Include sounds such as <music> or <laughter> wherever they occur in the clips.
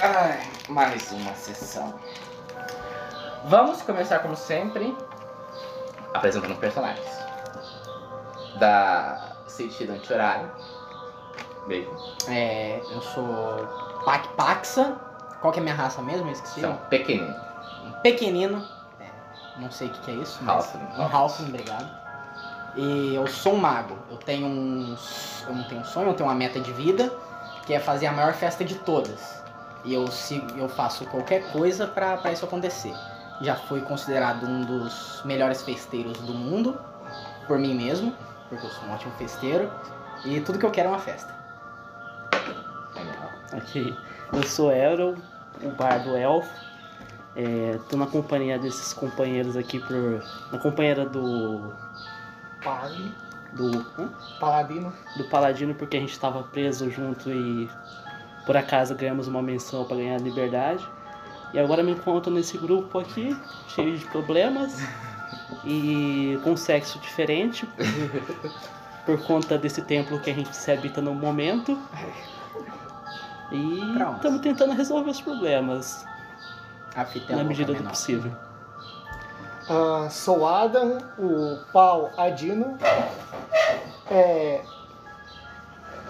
Ai, mais uma sessão. Vamos começar como sempre apresentando personagens. Da sentido anti-horário. Bacon. É, eu sou Pac Paxa. Qual que é a minha raça mesmo? Eu esqueci. São pequeninos. Um pequenino. É, não sei o que, que é isso. mas- Halfling, Um Halfling, obrigado. E eu sou um mago. Eu tenho um, s- eu não tenho um sonho, eu tenho uma meta de vida, que é fazer a maior festa de todas. E eu, sigo, eu faço qualquer coisa pra pra isso acontecer. Já fui considerado um dos melhores festeiros do mundo, por mim mesmo, porque eu sou um ótimo festeiro. E tudo que eu quero é uma festa. Legal. Aqui, eu sou Errol, o bardo elfo. É, tô na companhia desses companheiros aqui por. Na companheira do. Paladino. do. hã? Paladino. do Paladino porque a gente tava preso junto e por acaso ganhamos uma menção pra ganhar a liberdade. E agora me encontro nesse grupo aqui, cheio de problemas e com sexo diferente por conta desse templo que a gente se habita no momento. E Pronto. estamos tentando resolver os problemas A fita é na louca, medida do menor. possível. Ah, sou Adam, o pau Adino. É,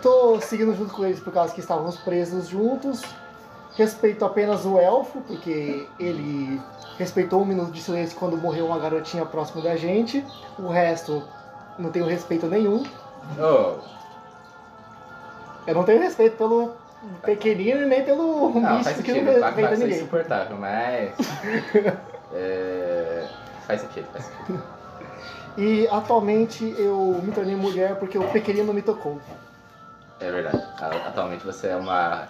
tô seguindo junto com eles por causa que estávamos presos juntos. Respeito apenas o elfo, porque ele respeitou um minuto de silêncio quando morreu uma garotinha próximo da gente. O resto, não tenho respeito nenhum. Oh, Eu não tenho respeito pelo pequenino e nem pelo não, faz bicho que sentido. não O Paco respeita Paco é ninguém. insuportável, mas. é, faz sentido, faz sentido. E atualmente eu me tornei mulher porque o pequenino me tocou. É verdade. A- Atualmente você é uma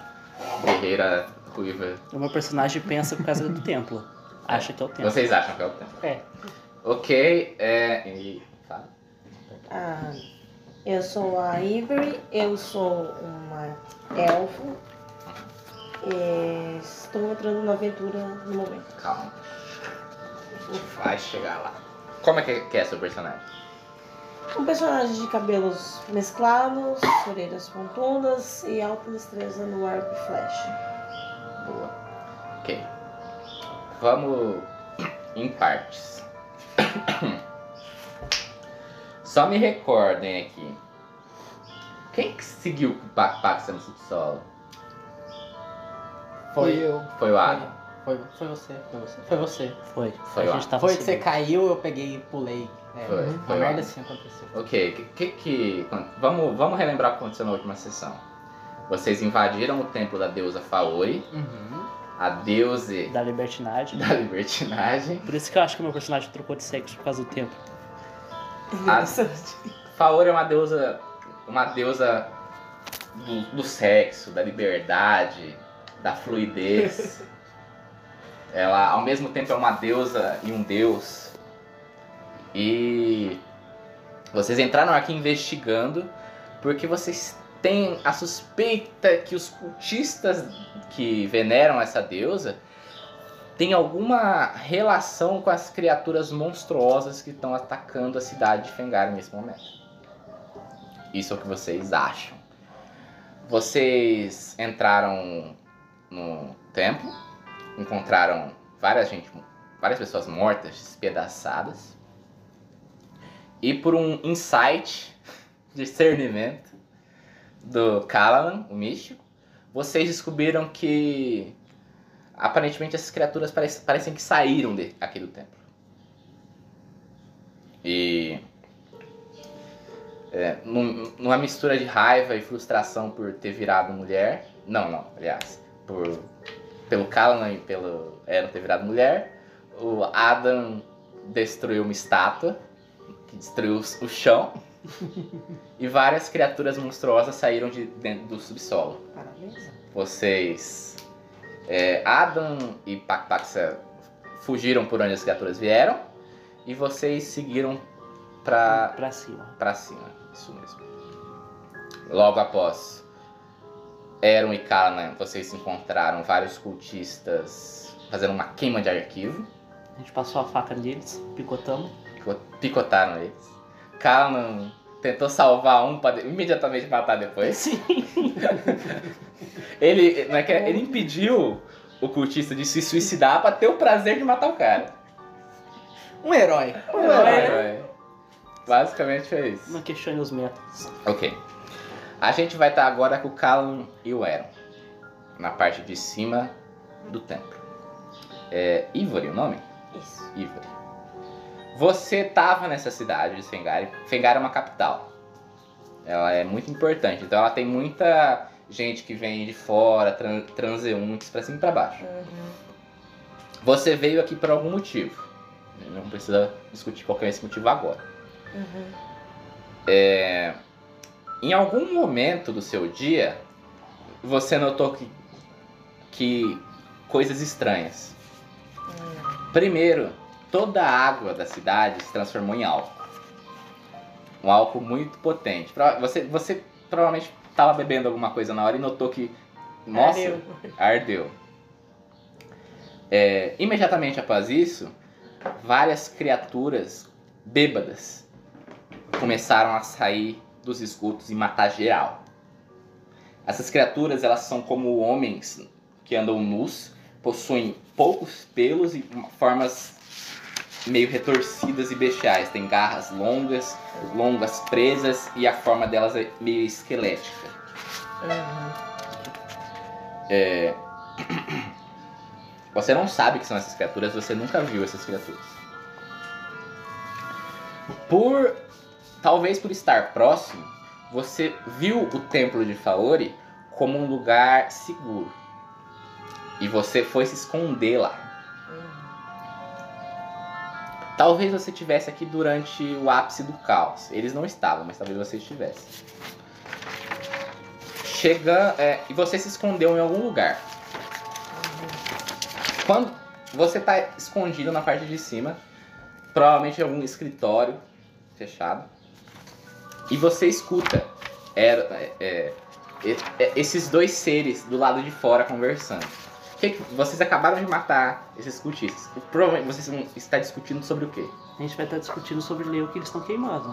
guerreira ruiva. O meu personagem pensa por causa do templo. Acha que é o templo. Vocês acham que é o tempo? É. Ok, é. E. Tá. Ah, eu sou a Ivory, eu sou uma elfo. É, estou entrando na aventura no momento. Calma. Vai chegar lá. Como é que que é seu personagem? Um personagem de cabelos mesclados, orelhas pontudas e alta destreza no arco e flecha. Boa. Ok. Vamos em partes. <coughs> Só me recordem aqui. Quem que seguiu o Pa- Paxa no subsolo? E Foi, eu. Foi o Adam. foi, foi você, foi você, foi você. Foi. Foi a lá. gente tava Foi que você seguindo. caiu, eu peguei e pulei. É, Foi, uma foi merda lá. assim aconteceu. Ok, que, que, que- quan- vamos, vamos relembrar o que aconteceu na última sessão. Vocês invadiram o templo da deusa Faori, Uhum. a deusa Da libertinagem. da <laughs> libertinagem. Por isso que eu acho que o meu personagem trocou de sexo por causa do tempo. Interessante. Faori é uma deusa. Uma deusa do, do sexo, da liberdade, da fluidez. Ela ao mesmo tempo é uma deusa e um deus. E vocês entraram aqui investigando porque vocês têm a suspeita que os cultistas que veneram essa deusa têm alguma relação com as criaturas monstruosas que estão atacando a cidade de Fengar nesse momento. Isso é o que vocês acham. Vocês entraram no templo, encontraram várias gente, várias pessoas mortas, despedaçadas. E por um insight, <laughs> discernimento do Callahan, o místico, vocês descobriram que aparentemente essas criaturas parec- parecem que saíram de, aqui do templo. E É, num- numa mistura de raiva e frustração por ter virado mulher. Não, não, aliás. Por, pelo Callan e pelo Aaron ter virado mulher. O Adam destruiu uma estátua, que destruiu o chão. e várias criaturas monstruosas saíram de dentro do subsolo Parabéns. vocês. é, Adam e Pakpaxa fugiram por onde as criaturas vieram. E vocês seguiram pra, Pra cima. pra cima. Isso mesmo. Logo após Eron e Kalan, vocês encontraram vários cultistas fazendo uma queima de arquivo. A gente passou a faca neles, picotamos. Pico- Picotaram eles. Kalan tentou salvar um pra de- imediatamente matar depois. Sim. <laughs> Ele, não é que- ele impediu o cultista de se suicidar pra ter o prazer de matar o cara. Um herói. Um herói, né? Vai. Basicamente é isso. Não questione os métodos. Ok. A gente vai estar agora com o Calum e o Eron. Na parte de cima do templo. É Ivory o nome? Isso. Ivory. Você tava nessa cidade de Fengari. Fengari é uma capital. Ela é muito importante. Então ela tem muita gente que vem de fora, tran- transeuntes, pra cima e pra baixo. Uhum, Você veio aqui por algum motivo. Não precisa discutir qual que é esse motivo agora. Uhum. em algum momento do seu dia, você notou que, que coisas estranhas. Primeiro, toda a água da cidade se transformou em álcool. Um álcool muito potente. Prova- Você, você provavelmente estava bebendo alguma coisa na hora e notou que. Nossa, Ardeu. ardeu. É, imediatamente após isso, várias criaturas bêbadas começaram a sair dos esgotos e matar geral. Essas criaturas, elas são como homens que andam nus, possuem poucos pelos e formas meio retorcidas e bestiais. Tem garras longas, longas presas e a forma delas é meio esquelética. É, <clears throat> Você não sabe o que são essas criaturas, você nunca viu essas criaturas. Por talvez por estar próximo, você viu o templo de Faori como um lugar seguro. E você foi se esconder lá. Talvez você estivesse aqui durante o ápice do caos. Eles não estavam, mas talvez você estivesse. Chega, é, e você se escondeu em algum lugar. Quando você tá escondido na parte de cima, provavelmente em algum escritório fechado. E você escuta era- é, é, e- é, esses dois seres do lado de fora conversando. Que que- vocês acabaram de matar esses cultistas. Provavelmente vocês vão estar discutindo sobre o quê? A gente vai estar discutindo sobre ler o que eles estão queimando.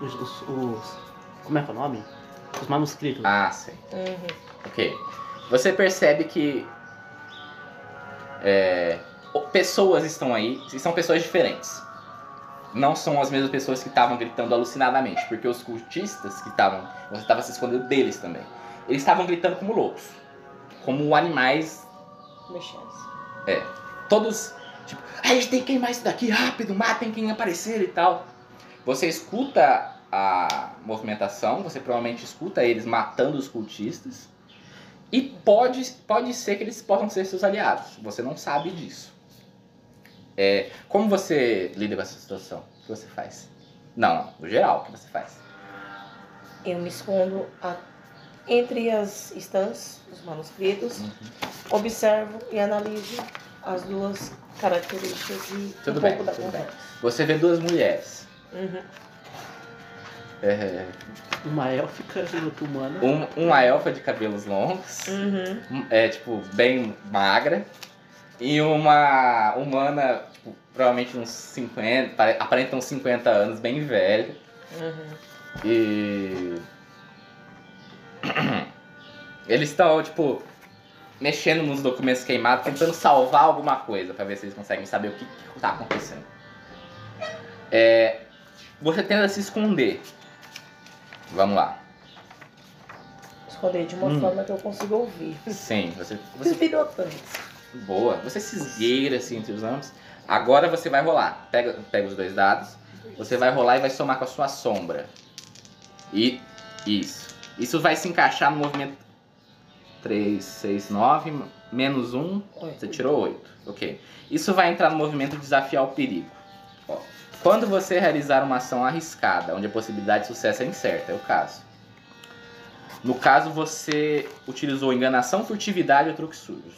Os, os- os- Como é que é o nome? Os manuscritos. Ah, sim. Uhum. Ok. Você percebe que é, o- pessoas estão aí e são pessoas diferentes. Não são as mesmas pessoas que estavam gritando alucinadamente, porque os cultistas que estavam. Você estava se escondendo deles também. Eles estavam gritando como loucos. Como animais. Mexendo. Todos. Tipo, a gente tem que queimar isso daqui rápido, matem quem aparecer e tal. Você escuta a movimentação, você provavelmente escuta eles matando os cultistas. E pode, pode ser que eles possam ser seus aliados. Você não sabe disso. É, como você lida com essa situação? O que você faz? Não, no geral, o que você faz? Eu me escondo a- entre as estantes, os manuscritos, Uhum. observo e analiso as duas características e Tudo um bem, pouco da tudo bem. conversa. Você vê duas mulheres. Uhum. É, Uma élfica e outra humana. um, uma elfa de cabelos longos, Uhum. um- é tipo, bem magra. E uma humana, tipo, provavelmente uns 50, pare- aparenta uns 50 anos, bem velha. Uhum. E. <clears throat> Eles estão, tipo, mexendo nos documentos queimados, tentando salvar alguma coisa pra ver se eles conseguem saber o que, que tá acontecendo. É, Você tenta se esconder. Vamos lá. Esconder de uma Hum. forma que eu consigo ouvir. Sim, você. você Vocês virou tantos. boa. Você se esgueira assim entre os ambos. Agora você vai rolar. Pega, pega os dois dados. Você vai rolar e vai somar com a sua sombra. E. Isso. Isso vai se encaixar no movimento 3, 6, 9, menos 1. Você tirou 8. Ok. Isso vai entrar no movimento desafiar o perigo. Ó, Quando você realizar uma ação arriscada, onde a possibilidade de sucesso é incerta, é o caso. No caso, você utilizou enganação, furtividade ou truques sujos.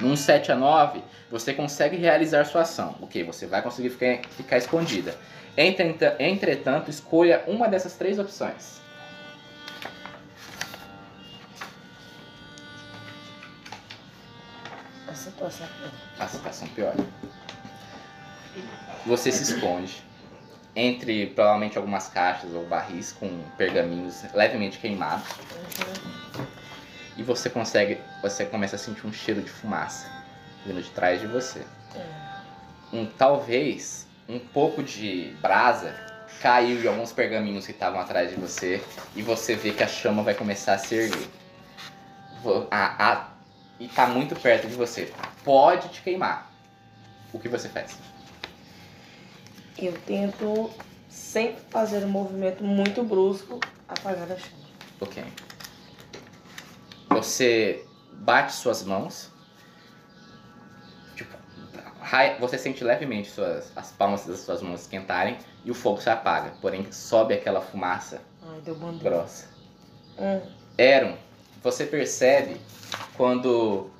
Num 7 a 9, você consegue realizar sua ação. Ok, você vai conseguir ficar, ficar escondida. Entretanto, entretanto, escolha uma dessas três opções. A situação. é A situação pior. Você se esconde. entre provavelmente algumas caixas ou barris com pergaminhos levemente queimados. E você consegue, você começa a sentir um cheiro de fumaça vindo de trás de você. Um talvez um pouco de brasa caiu de alguns pergaminhos que estavam atrás de você e você vê que a chama vai começar a se erguer. Vo- a- a- e tá muito perto de você. Pode te queimar. O que você faz? Eu tento sempre fazer um movimento muito brusco, apagar a chama. Ok. Você bate suas mãos. Tipo, rai- você sente levemente suas, as palmas das suas mãos esquentarem e o fogo se apaga. Porém, sobe aquela fumaça Ai, deu bandeira. grossa. Hum, Eron, você percebe quando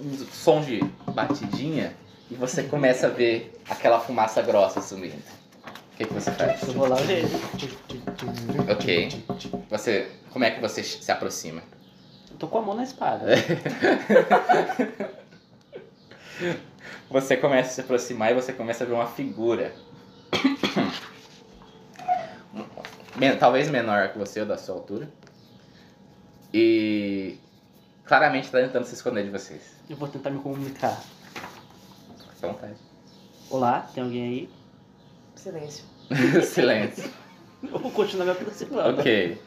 um som de batidinha e você começa a ver aquela fumaça grossa sumindo. O que, que você faz? Eu vou lá ver. Ok. Você, como é que você se aproxima? Eu tô com a mão na espada. É? Você começa a se aproximar e você começa a ver uma figura. Men- Talvez menor que você ou da sua altura. E claramente tá tentando se esconder de vocês. Então tá Eu vou tentar me comunicar. Fica à vontade. Olá, tem alguém silêncio. <laughs> Silêncio. aí? Eu vou continuar me aproximando. Ok.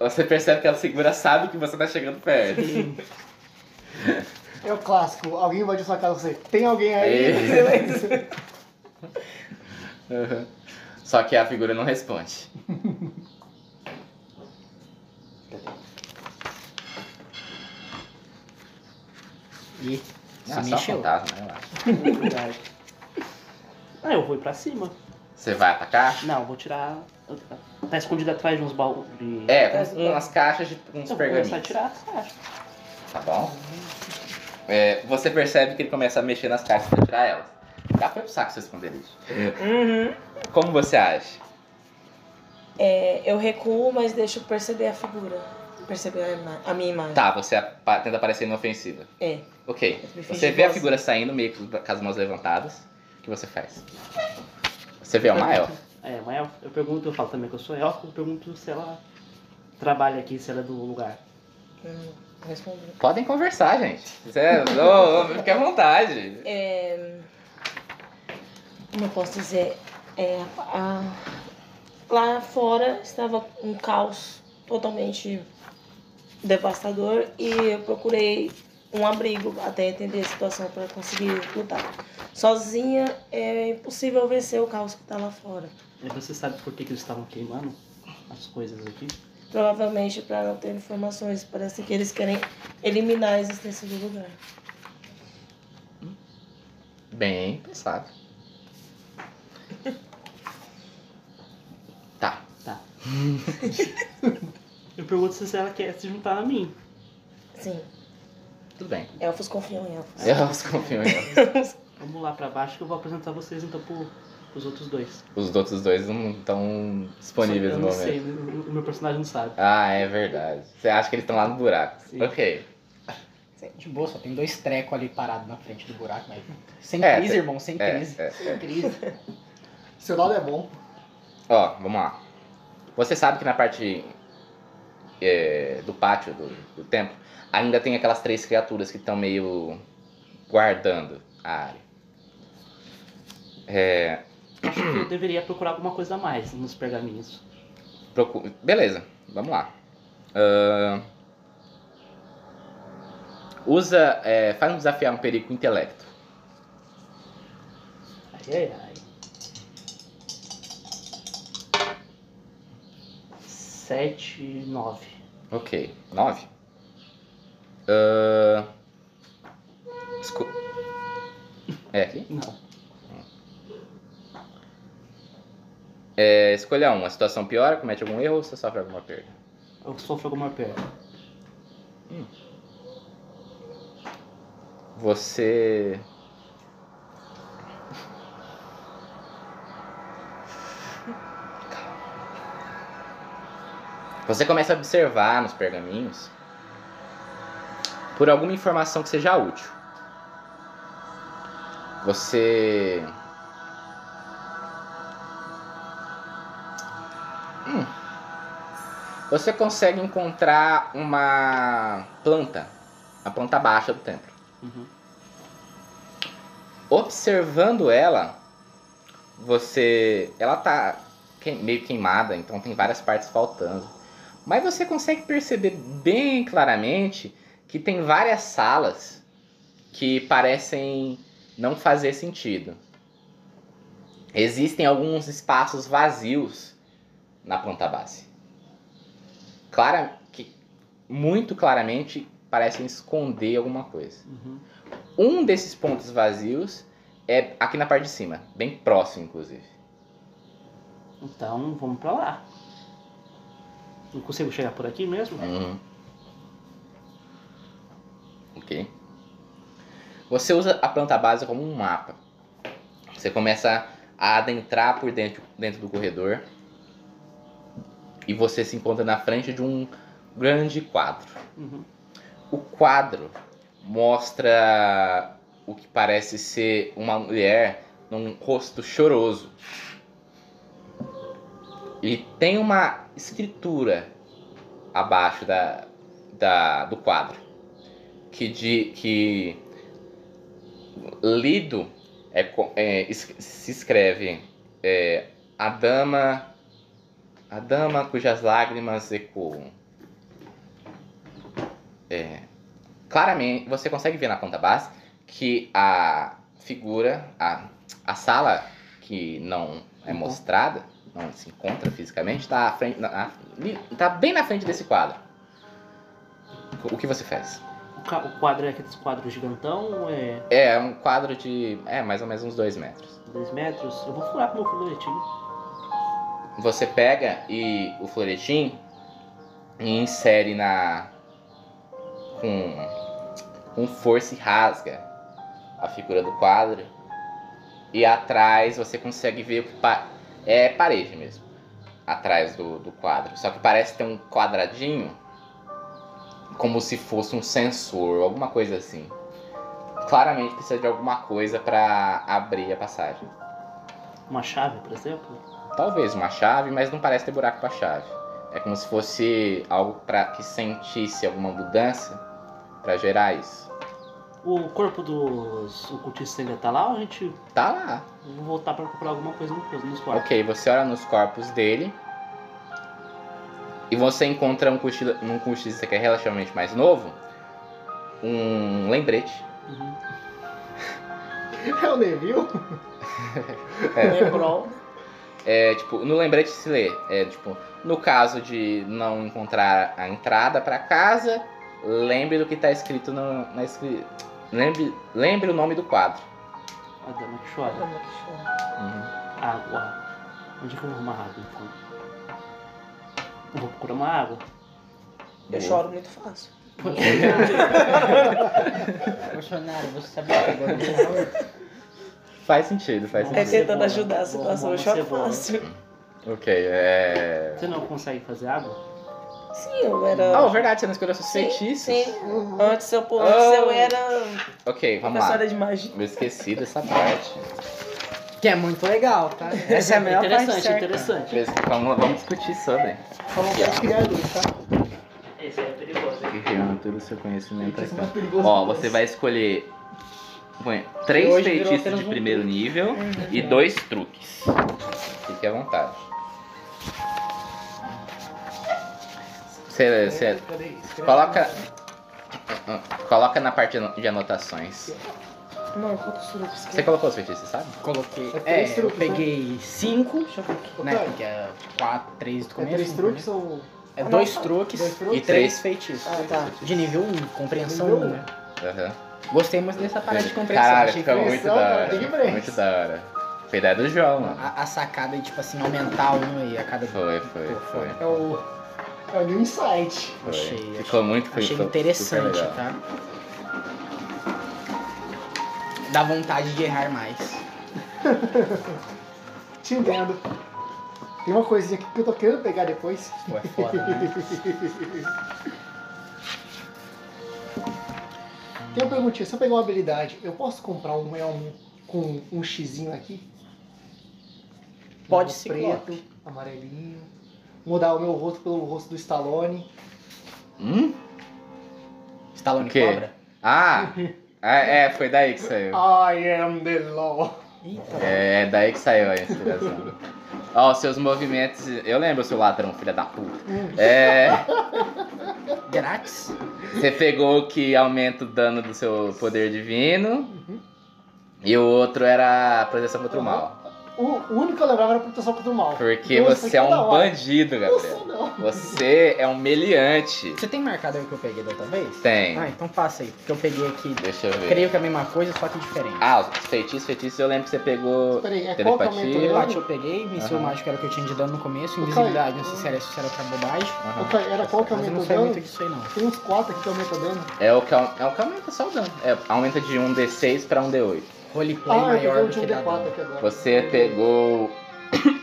Você percebe que a figura sabe que você tá chegando perto. Sim. É o clássico. Alguém invadiu sua casa você. Tem alguém aí? Aí- É <laughs> Uhum. Só que a figura não responde. E Ah, se só mexeu. fantasma, relaxa. é Verdade. Ah, eu vou ir pra cima. Você vai atacar? Não, eu vou tirar. Tá escondido atrás de uns baús. De... É, com umas caixas de com uns Tá. eu vou pergaminhos. começar a tirar as caixas. Tá bom? É, você percebe que ele começa a mexer nas caixas pra tirar elas. Dá pra pro saco seu esconderijo. Uhum. Como você age? É, eu recuo, mas deixo perceber a figura. Perceber a, ima- a minha imagem. Tá, você apa- tenta parecer inofensiva. É. Ok. me fingi Você vê a boazinha. figura saindo meio que com as mãos levantadas. O que você faz? Você vê uma elfa. É, uma elfa. Eu pergunto, eu falo também que eu sou elfa, eu pergunto se ela trabalha aqui, se ela é do lugar. Hum, respondi. Podem conversar, gente. Você é... Ô, ô, fique à vontade. É, como eu posso dizer? É, a- lá fora estava um caos totalmente devastador e eu procurei um abrigo até entender a situação para conseguir lutar. Sozinha é impossível vencer o caos que está lá fora. E você sabe por que, que eles estavam queimando as coisas aqui? Provavelmente para não ter informações. Parece que eles querem eliminar a existência do lugar. Bem pensado. Tá. Eu pergunto se ela quer se juntar a mim. Sim, Tudo bem. elfos confiam em elfos. Eu <laughs> confio em ela. Vamos lá pra baixo que eu vou apresentar vocês então pro, pros outros dois. Os outros dois não estão disponíveis eu no não momento. sei, o o meu personagem não sabe. Ah, é verdade. Você acha que eles estão lá no buraco. Sim. Ok. de boa, só tem dois trecos ali parados na frente do buraco, mas. Sem É, crise, tem- irmão, sem É, crise. é. <laughs> Sem crise. Seu lado é bom. Ó, vamos lá. Você sabe que na parte é, do pátio do, do templo ainda tem aquelas três criaturas que estão meio guardando a área. Acho que eu deveria procurar alguma coisa a mais nos pergaminhos. Procu- Beleza, vamos lá. Ahn, Usa. é, faz um desafiar um perigo com intelecto. Ai, ai, ai. Sete, nove. Ok. nove Ahn, escu- <laughs> É aqui? Não. É, escolha uma. A situação piora, comete algum erro ou você sofre alguma perda? Eu sofro alguma perda. Você. Você começa a observar nos pergaminhos por alguma informação que seja útil. Você Hum. Você consegue encontrar uma planta, a planta baixa do templo. Uhum. Observando ela, você. Ela tá quei- meio queimada, então tem várias partes faltando. Mas você consegue perceber bem claramente que tem várias salas que parecem não fazer sentido. Existem alguns espaços vazios na planta base. Clara, que muito claramente parecem esconder alguma coisa. Uhum. Um desses pontos vazios é aqui na parte de cima, bem próximo, inclusive. Então vamos pra lá. Não consigo chegar por aqui mesmo? É. Uhum. Ok. Você usa a planta base como um mapa. Você começa a adentrar por dentro, dentro do corredor. E você se encontra na frente de um grande quadro. Uhum. O quadro mostra o que parece ser uma mulher num rosto choroso. E tem uma escritura abaixo da, da- do quadro que de que lido é, co- é, es- se escreve é, a dama a dama cujas lágrimas ecoam É, claramente, você consegue ver na planta base que a figura, a, a sala que não é mostrada, não se encontra fisicamente, tá, à frente, na- na- li- tá bem na frente desse quadro. O que você fez? O, ca- o quadro é aqueles quadros gigantão, ou é É um quadro de, é, mais ou menos uns dois metros. 2 metros. Eu vou furar pro meu floretinho. Você pega e o floretim e insere na com, com força e rasga a figura do quadro. E atrás você consegue ver o que pa- é parede mesmo. Atrás do, do quadro. Só que parece ter um quadradinho como se fosse um sensor, alguma coisa assim. Claramente precisa de alguma coisa para abrir a passagem. Uma chave, por exemplo. Talvez uma chave, mas não parece ter buraco pra chave. É como se fosse algo para que sentisse alguma mudança pra gerar isso. O corpo dos ocultistas ainda tá lá ou a gente Tá lá. vou voltar pra procurar alguma coisa no- nos quartos? Ok, você olha nos corpos dele e você encontra um cochila, num cochilista que é relativamente mais novo um lembrete. Uhum. É o Neville? Lembrou. É, tipo, no lembrete se lê, é, tipo, no caso de não encontrar a entrada pra casa, lembre do que tá escrito no, na escrita. Lembre, lembre o nome do quadro. A dama que chora. Água. Onde que eu vou arrumar água então? Eu vou procurar uma <laughs> água. Eu choro muito fácil. Bolsonaro, você sabia que agora eu Faz sentido, faz É Uma sentido. tentando cebola. ajudar a situação, eu Uma choro cebola. fácil. Ok, é. Você não consegue fazer água? Sim, eu era. Oh, verdade, você não escolheu seus Sim, feitiços. sim. Uhum. Antes eu, pô, antes Oh. eu era Ok, vamos lá. professora de magia. Eu esqueci dessa parte. Que é muito legal, tá? Essa é a melhor parte interessante, certa. interessante. Mas Vamos, vamos discutir sobre. Só não pode criar dois, tá? Esse é perigoso. Guerreando todo o seu conhecimento. é Feitiço acima. mais perigoso Ó, que você dois. vai escolher põe, três Hoje virou feitiços apenas de um primeiro nível Uhum. e dois truques. Fique à vontade. É, Você, é- você Peraí, escreve. coloca. ah, Coloca na parte de anotações. Não, quantos surubos Você colocou os feitiços, sabe? Coloquei. É três É, eu truques, né? peguei cinco, né? Otávio, Porque é quatro, três do É começo. três cinco, né? truques ou. Ah, É dois Nossa. tá. truques Dois e truques? três feitiços. Ah, tá. De nível 1, compreensão Nível 1, um. né? Aham. Gostei muito dessa parada de compreensão. É. Caralho, achei ficou que- muito da hora. Big ficou Brains. Ah, Muito da hora. Foi ideia do João, mano. a, a sacada de, tipo assim, aumentar um aí a cada... Foi, foi, Pô, foi. É o. É o New Insight. foi. Achei, ficou muito foi Achei super interessante, legal. tá? Dá vontade de errar mais. Te entendo. Tem uma coisinha aqui que eu tô querendo pegar depois. <laughs> Pô, é foda, <laughs> né? Tem uma perguntinha, se eu pegar uma habilidade, eu posso comprar um elmo com um xizinho aqui? Pode Um sim, Preto, amarelinho. mudar o meu rosto pelo rosto do Stallone. Hum? Stallone O quê? Cobra? <laughs> Ah! é, é, foi daí que saiu. I am the law. Eita. É, é daí que saiu a inspiração. Ó, os seus movimentos. Eu lembro, seu ladrão, filha da puta. É. Grátis? Você pegou o que aumenta o dano do seu poder divino. Uhum. E o outro era a proteção contra o mal. O o único que eu lembrava era a proteção contra o mal. Porque Uhum. Nossa, você que é um da hora. bandido, Nossa, Gabriel. não. Você é um meliante. Você tem marcado aí o que eu peguei da outra vez? Tem. Ah, então passa aí, porque eu peguei aqui. Deixa eu ver. Creio que é a mesma coisa, só que diferente. Ah, os feitiços, feitiços eu lembro que você pegou. Peraí, é qual que aumenta o Bate dano? eu peguei, missão Aham. mágica era o que eu tinha de dano no começo, Ok. invisibilidade, não sei se era isso, se era outra bobagem. Aham. Ok, Era qual que Mas eu aumenta não o sei dano? muito disso aí não. Tem uns 4 aqui que aumenta o dano. É o que, au- é o que aumenta só o dano. É, aumenta de 1d6 pra 1d8. é Roleplay Ah, eu peguei maior o do de um que dá D4 dano. aqui agora. Você é pegou. <coughs>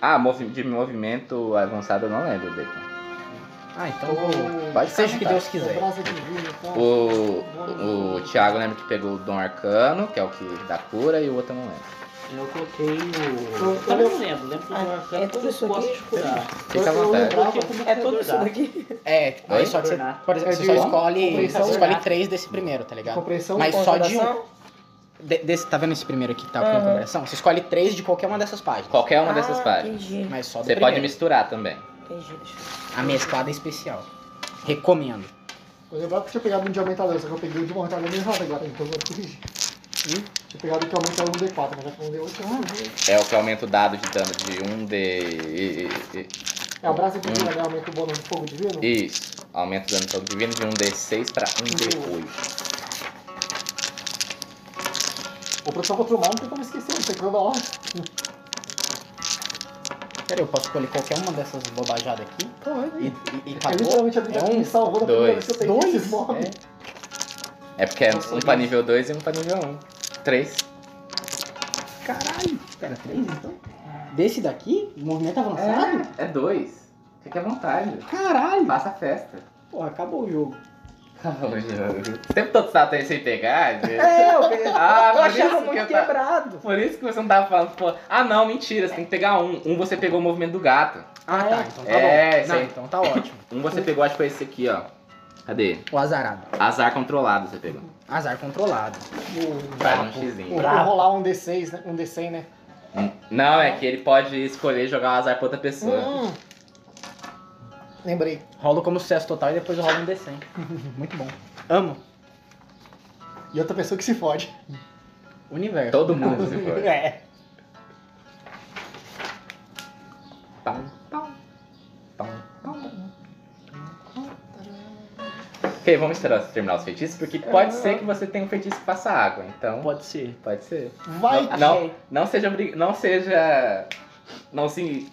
ah, movi- de movimento avançado eu não lembro, Beto. Ah, então vou. Então, Pode Seja o que ficar à Deus quiser. Brasa divina, tá? O, o, o Thiago lembra que pegou o Dom Arcano, que é o que dá cura, e o outro eu não lembro. Eu coloquei Eu- o. eu Eu também lem- não lembro, lembro que eu Ah, tava é tudo isso eu gosto aqui? de curar. Fica à Eu- eu vontade. lembrava- Coloquei como É tudo isso cuidar. daqui. É, tipo, aí Oi? só que você, Tornar. por exemplo, É você de só um? escolhe, você Compreensão. escolhe três desse primeiro, tá ligado? Compreensão. Mas só de um. Conjuração? De- desse, tá vendo esse primeiro aqui que tá com a Aham. conversão? Você escolhe três de qualquer uma dessas páginas. Qualquer É uma Ah, dessas páginas. Entendi, Mas só do Você pode primeiro. misturar também. entendi. deixa eu- A mesclada é especial. Recomendo. Eu lembrava que eu tinha pegado um de aumentar dano, só que eu peguei o de aumentar dano errado agora, então eu vou corrigir. Hum? Tinha pegado o que aumenta um D4, mas já foi um D8. ah, É o que aumenta o dado de dano de 1d. É a brasa divina, né? Aumenta o bônus de fogo divino. Isso. Aumenta o dano todo divino de 1d6 pra 1d8. O proteção contra o mal não tem como esquecer, não tem que mandar lá. Tá Peraí, eu posso escolher qualquer uma dessas bobajadas aqui? E, e, e É acabou? literalmente a vida É que um, me salvou da primeira dois, vez que eu peguei dois? esses mobs. É. É porque é Nossa, um pra nível 2 e um pra nível 1. 3. Caralho! Pera, três então? Desse daqui? Movimento tá avançado? É 2. Fique à vontade. É. Caralho! Faça a <laughs> festa. Porra, acabou o jogo. O tempo todo você tá tendo sem pegar. gente. É, <laughs> eu, eu Ah, por isso achava que muito eu tava- quebrado. Por isso que você não tava falando, pô, ah não, mentira, você tem que pegar um. Um você pegou o movimento do gato. Ah, tá. Então tá É, bom. Não, sim. então tá ótimo. Um você pegou, acho que foi esse aqui, ó. Cadê? <coughs> O azarado. Azar controlado você pegou. Azar controlado. Vai num O- xizinho. O o rolar um D6, né? Um D100, né? Hum, Não, é que ele pode escolher jogar o azar pra outra pessoa. Hum. Lembrei. Rolo como sucesso total e depois eu rolo um D100. Muito bom. Amo. E outra pessoa que se fode. Universo. Todo mundo se for. <laughs> É. Pau, pau, pau, pau. Ok, vamos esperar você terminar os feitiços, porque pode ser que você tenha um feitiço que passa água, então. Pode ser. Pode ser. Vai Não, que- não, não seja obri- Não seja. Não se.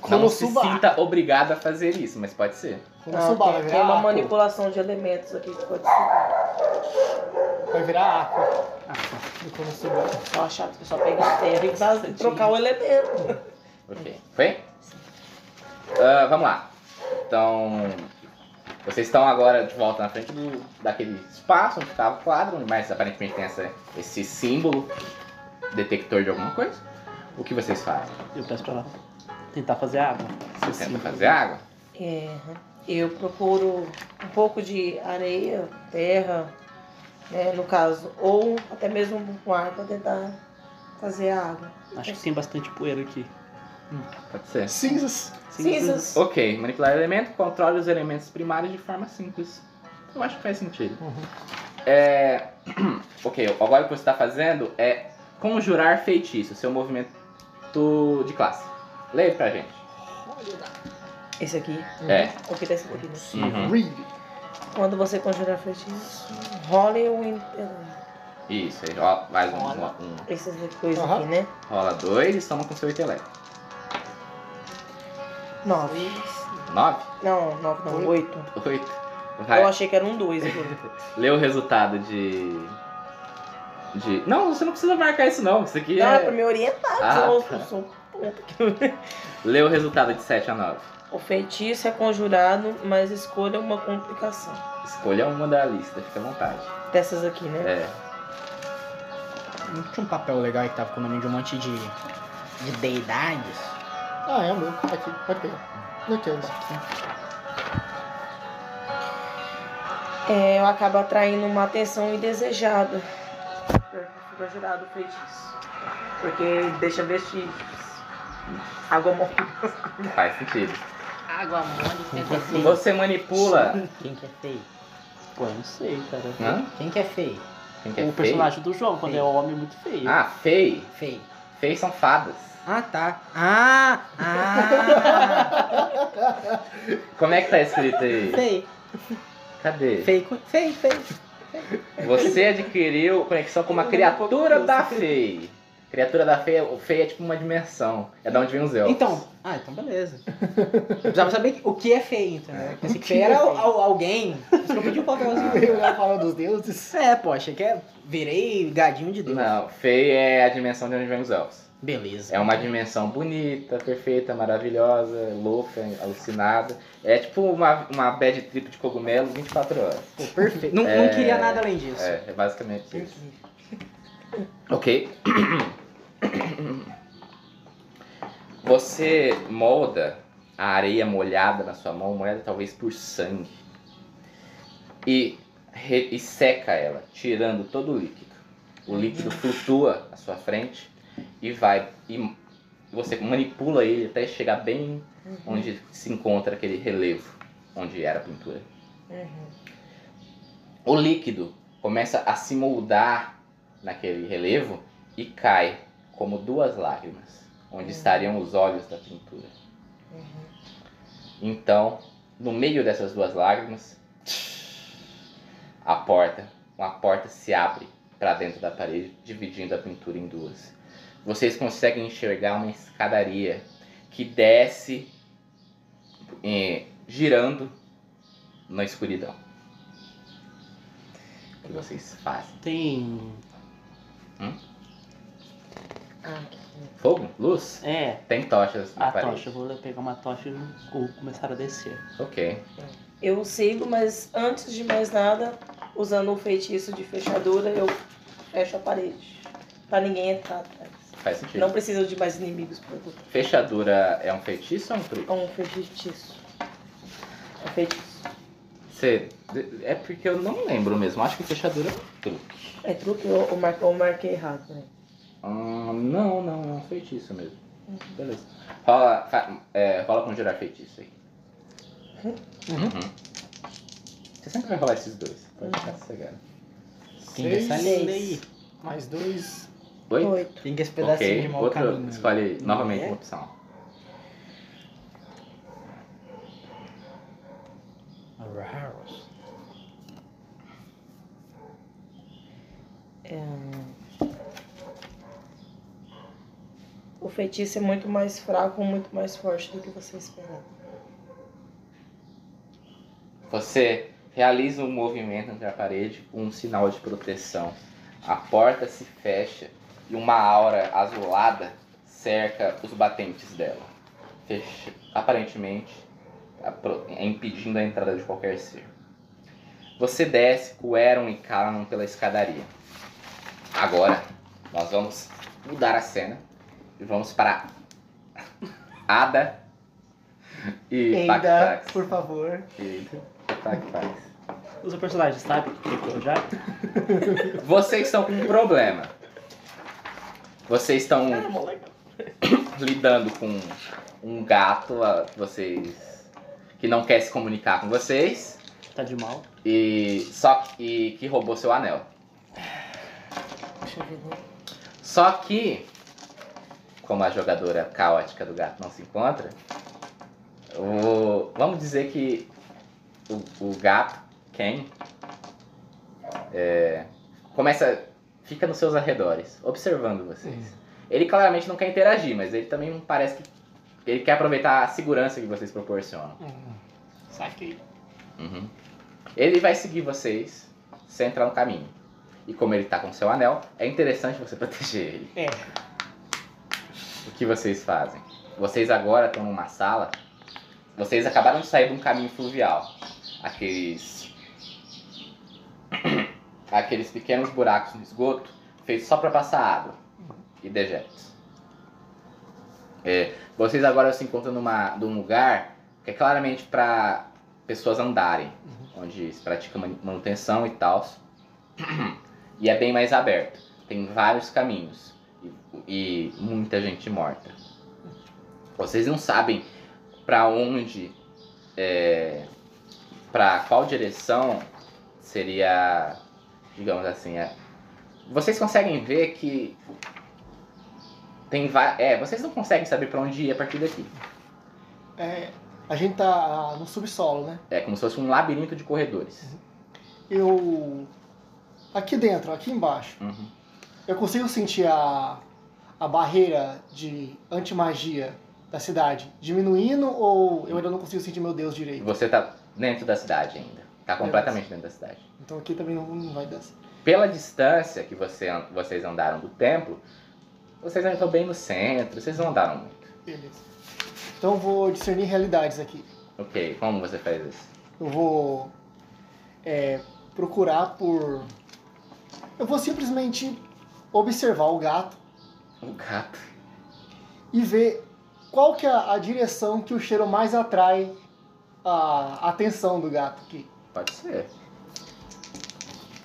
Como não se suba- sinta é obrigado a fazer isso, mas pode ser. Como Subaru, vai tem, virar tem uma Aqua. manipulação de elementos aqui que pode ser. Vai virar Aqua. Ah, Do Como Subaru. Uhum. Só chato que só pegar a terra e fazer- trocar o elemento. Ok. Foi? Ah, vamos lá. Então. Vocês estão agora de volta na frente do, daquele espaço onde ficava o quadro, mas aparentemente tem essa, esse símbolo detector de alguma coisa. O que vocês fazem? Eu peço pra ela tentar fazer água. Vocês Sim. tentam fazer água? É, eu procuro um pouco de areia, terra, né, no caso, ou até mesmo um ar para tentar fazer a água. Acho que tem bastante poeira aqui. Pode ser. Cinzas. Cinzas. Ok, manipular elemento, controle os elementos primários de forma simples. Eu acho que faz sentido. É. <clears throat> ok, agora o que você está fazendo é conjurar feitiço, seu movimento de classe. Leia pra gente. Esse aqui, É. o que tá escrito aqui, né? Uhum. Read. Quando você conjurar feitiço, role um. Isso, aí rola, mais um, Rola. um- um- Essas coisas Aham. aqui, né? Rola dois e soma com seu intelecto. Nove. Nove? Não, nove não, oito. Oito. Vai. Eu achei que era um <laughs> dois agora. Lê o resultado de. De. Não, você não precisa marcar isso não. Isso aqui Não, é é. pra me orientar, Ah, senão eu tá. sou tonta. Lê o resultado de 7 a 9. O feitiço é conjurado, mas escolha uma complicação. Escolha uma da lista, fica à vontade. Dessas aqui, né? É. Não tinha um papel legal aí que tava com o nome de um monte de, de deidades? Ah, é o meu. Aqui, pode pegar. Não quero embaixo. É, eu acabo atraindo uma atenção indesejada. Jurado feitiço. Porque deixa vestígios. Água morta. Faz sentido. Água mole, quem que é feio? Você manipula. Quem que é feio? Pô, eu não sei, cara. Hã? Quem que é feio? Quem que Ah, é o feio? personagem do João, quando é homem, é muito feio. Ah, fei. Feio. Fei são fadas. Ah, tá. Ah! Ah! Como é que tá escrito aí? <laughs> feio. Cadê? Feio, cu- feio, feio. Você adquiriu conexão com uma criatura da Fei. Criatura da Fei, o Fei é tipo uma dimensão. É da onde vem os elfos. Então, ah, então <laughs> beleza. Eu precisava saber o que é feio, entendeu? Eu Pensei que feio que era é al- al- alguém. Por isso que eu pedi <laughs> um papelzinho. Eu já falo dos deuses. É, poxa, que é... virei gadinho de Deus. Não, Fei é a dimensão de onde vem os elfos. Beleza. É uma dimensão bonita, perfeita, maravilhosa, louca, alucinada. É tipo uma, uma bad trip de cogumelo 24 horas. Pô, perfeito. Não, não É, queria nada além disso. É, é basicamente isso. Ok. Você molda a areia molhada na sua mão, molhada talvez por sangue, e, re- e seca ela, tirando todo o líquido. O líquido flutua à sua frente e vai. E você manipula ele até chegar bem onde se encontra aquele relevo, onde era a pintura. Uhum. O líquido começa a se moldar naquele relevo e cai como duas lágrimas, onde estariam os olhos da pintura. Então, no meio dessas duas lágrimas, a porta, uma porta se abre para dentro da parede, dividindo a pintura em duas. Vocês conseguem enxergar uma escadaria que desce eh, girando na escuridão. O que vocês fazem? Tem. Fogo? Luz? É, Tem tochas na a parede. tocha. Eu vou pegar uma tocha e vou começar a descer. Ok. Eu sigo, mas antes de mais nada, usando o feitiço de fechadura, eu fecho a parede. Pra ninguém entrar atrás. Faz sentido. Não precisa de mais inimigos pra lutar. Fechadura é um feitiço ou um truque? É um feitiço. É um feitiço. Você... É porque eu não lembro mesmo. Acho que fechadura é um truque. É truque ou eu, mar... eu marquei errado, né? Ah, não, não. É um feitiço mesmo. Beleza. Rola, fa... é, rola com gerar feitiço aí. Uhum. Você sempre vai rolar esses dois. Pode ficar sossegado. Quem que é essa Seis. lei? Mais dois. Oi? Oito. Tem que esse pedacinho Ok. de mau Outro, caminho. escolhe Não novamente é? uma opção. O feitiço é muito mais fraco, muito mais forte do que você esperava. Você realiza um movimento entre a parede com um sinal de proteção. A porta se fecha e uma aura azulada cerca os batentes dela, fecha- aparentemente apro- impedindo a entrada de qualquer ser. Você desce com Eron e Calum pela escadaria. Agora nós vamos mudar a cena e vamos para Ada e Ainda, Bactax. por favor. Querido, tá que faz. Os personagens, sabe? o Que que eu já. Vocês estão com um problema. Vocês estão lidando com um gato, ah, vocês que não quer se comunicar com vocês Tá de mal. e só e que roubou seu anel. Só que como a jogadora caótica do gato não se encontra, o- vamos dizer que o, o gato, Ken, é, começa. fica nos seus arredores, observando vocês. Ele claramente não quer interagir, mas ele também parece que. Ele quer aproveitar a segurança que vocês proporcionam. um. Saquei. Uhum. Ele vai seguir vocês sem entrar no caminho. E como ele tá com seu anel, é interessante você <laughs> proteger ele. É. O que vocês fazem? Vocês agora estão numa sala. Vocês acabaram de sair de um caminho fluvial. Aqueles. <coughs> Aqueles pequenos buracos no esgoto feitos só pra passar água e dejetos. É, Vocês agora se encontram numa, num lugar que é claramente para pessoas andarem, onde se pratica mani- manutenção e tal. <clears throat> E é bem mais aberto. Tem vários caminhos e, e muita gente morta. Vocês não sabem para onde, é, para qual direção seria, digamos assim, é. Vocês conseguem ver que tem va- É, vocês não conseguem saber pra onde ir a partir daqui. É, a gente tá ah, no subsolo, né? É como se fosse um labirinto de corredores. Eu. Aqui dentro, aqui embaixo, Uhum. eu consigo sentir a, a barreira de antimagia da cidade diminuindo ou eu ainda não consigo sentir meu Deus E direito? você tá dentro da cidade ainda. Tá completamente dentro da cidade. Então aqui também não, não vai dar certo. Pela distância que você, an- vocês andaram do templo, vocês ainda estão bem no centro, vocês não andaram muito. Beleza. Então eu vou discernir realidades aqui. Ok, como você faz isso? Eu vou é, procurar por. Eu vou simplesmente observar o gato O gato. e ver qual que é a direção que o cheiro mais atrai a atenção do gato aqui. Pode ser.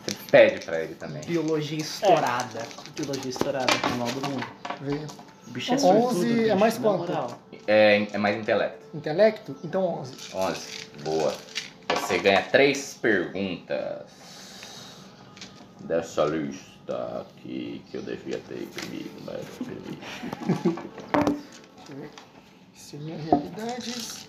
Você pede pra ele também. Biologia É, estourada. Trilogia estourada, final do mundo. Ver. O bicho é 11 sortudo, é bicho, mais na quanto? moral. É, é mais intelecto. Intelecto? Então 11. 11. Boa. Você ganha três perguntas dessa lista aqui que eu devia ter comigo, mas eu perdi. Deixa eu ver. Discernir é realidades.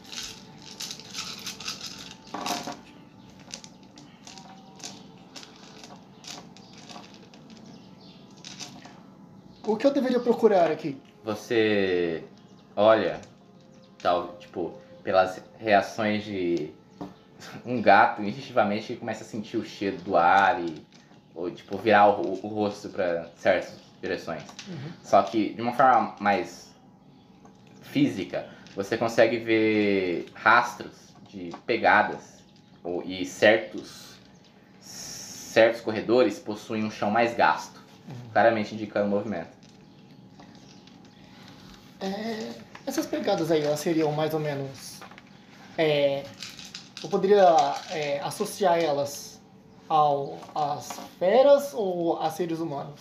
O que eu deveria procurar aqui? Você olha, tal, tipo, pelas reações de um gato, instintivamente começa a sentir o cheiro do ar e ou tipo virar o, ro- o rosto para certas direções. Só que de uma forma mais física, você consegue ver rastros de pegadas ou, e certos certos corredores possuem um chão mais gasto, claramente indicando movimento. É, essas pegadas aí, elas seriam mais ou menos. é, eu poderia é, associar elas ao, às feras ou a seres humanos?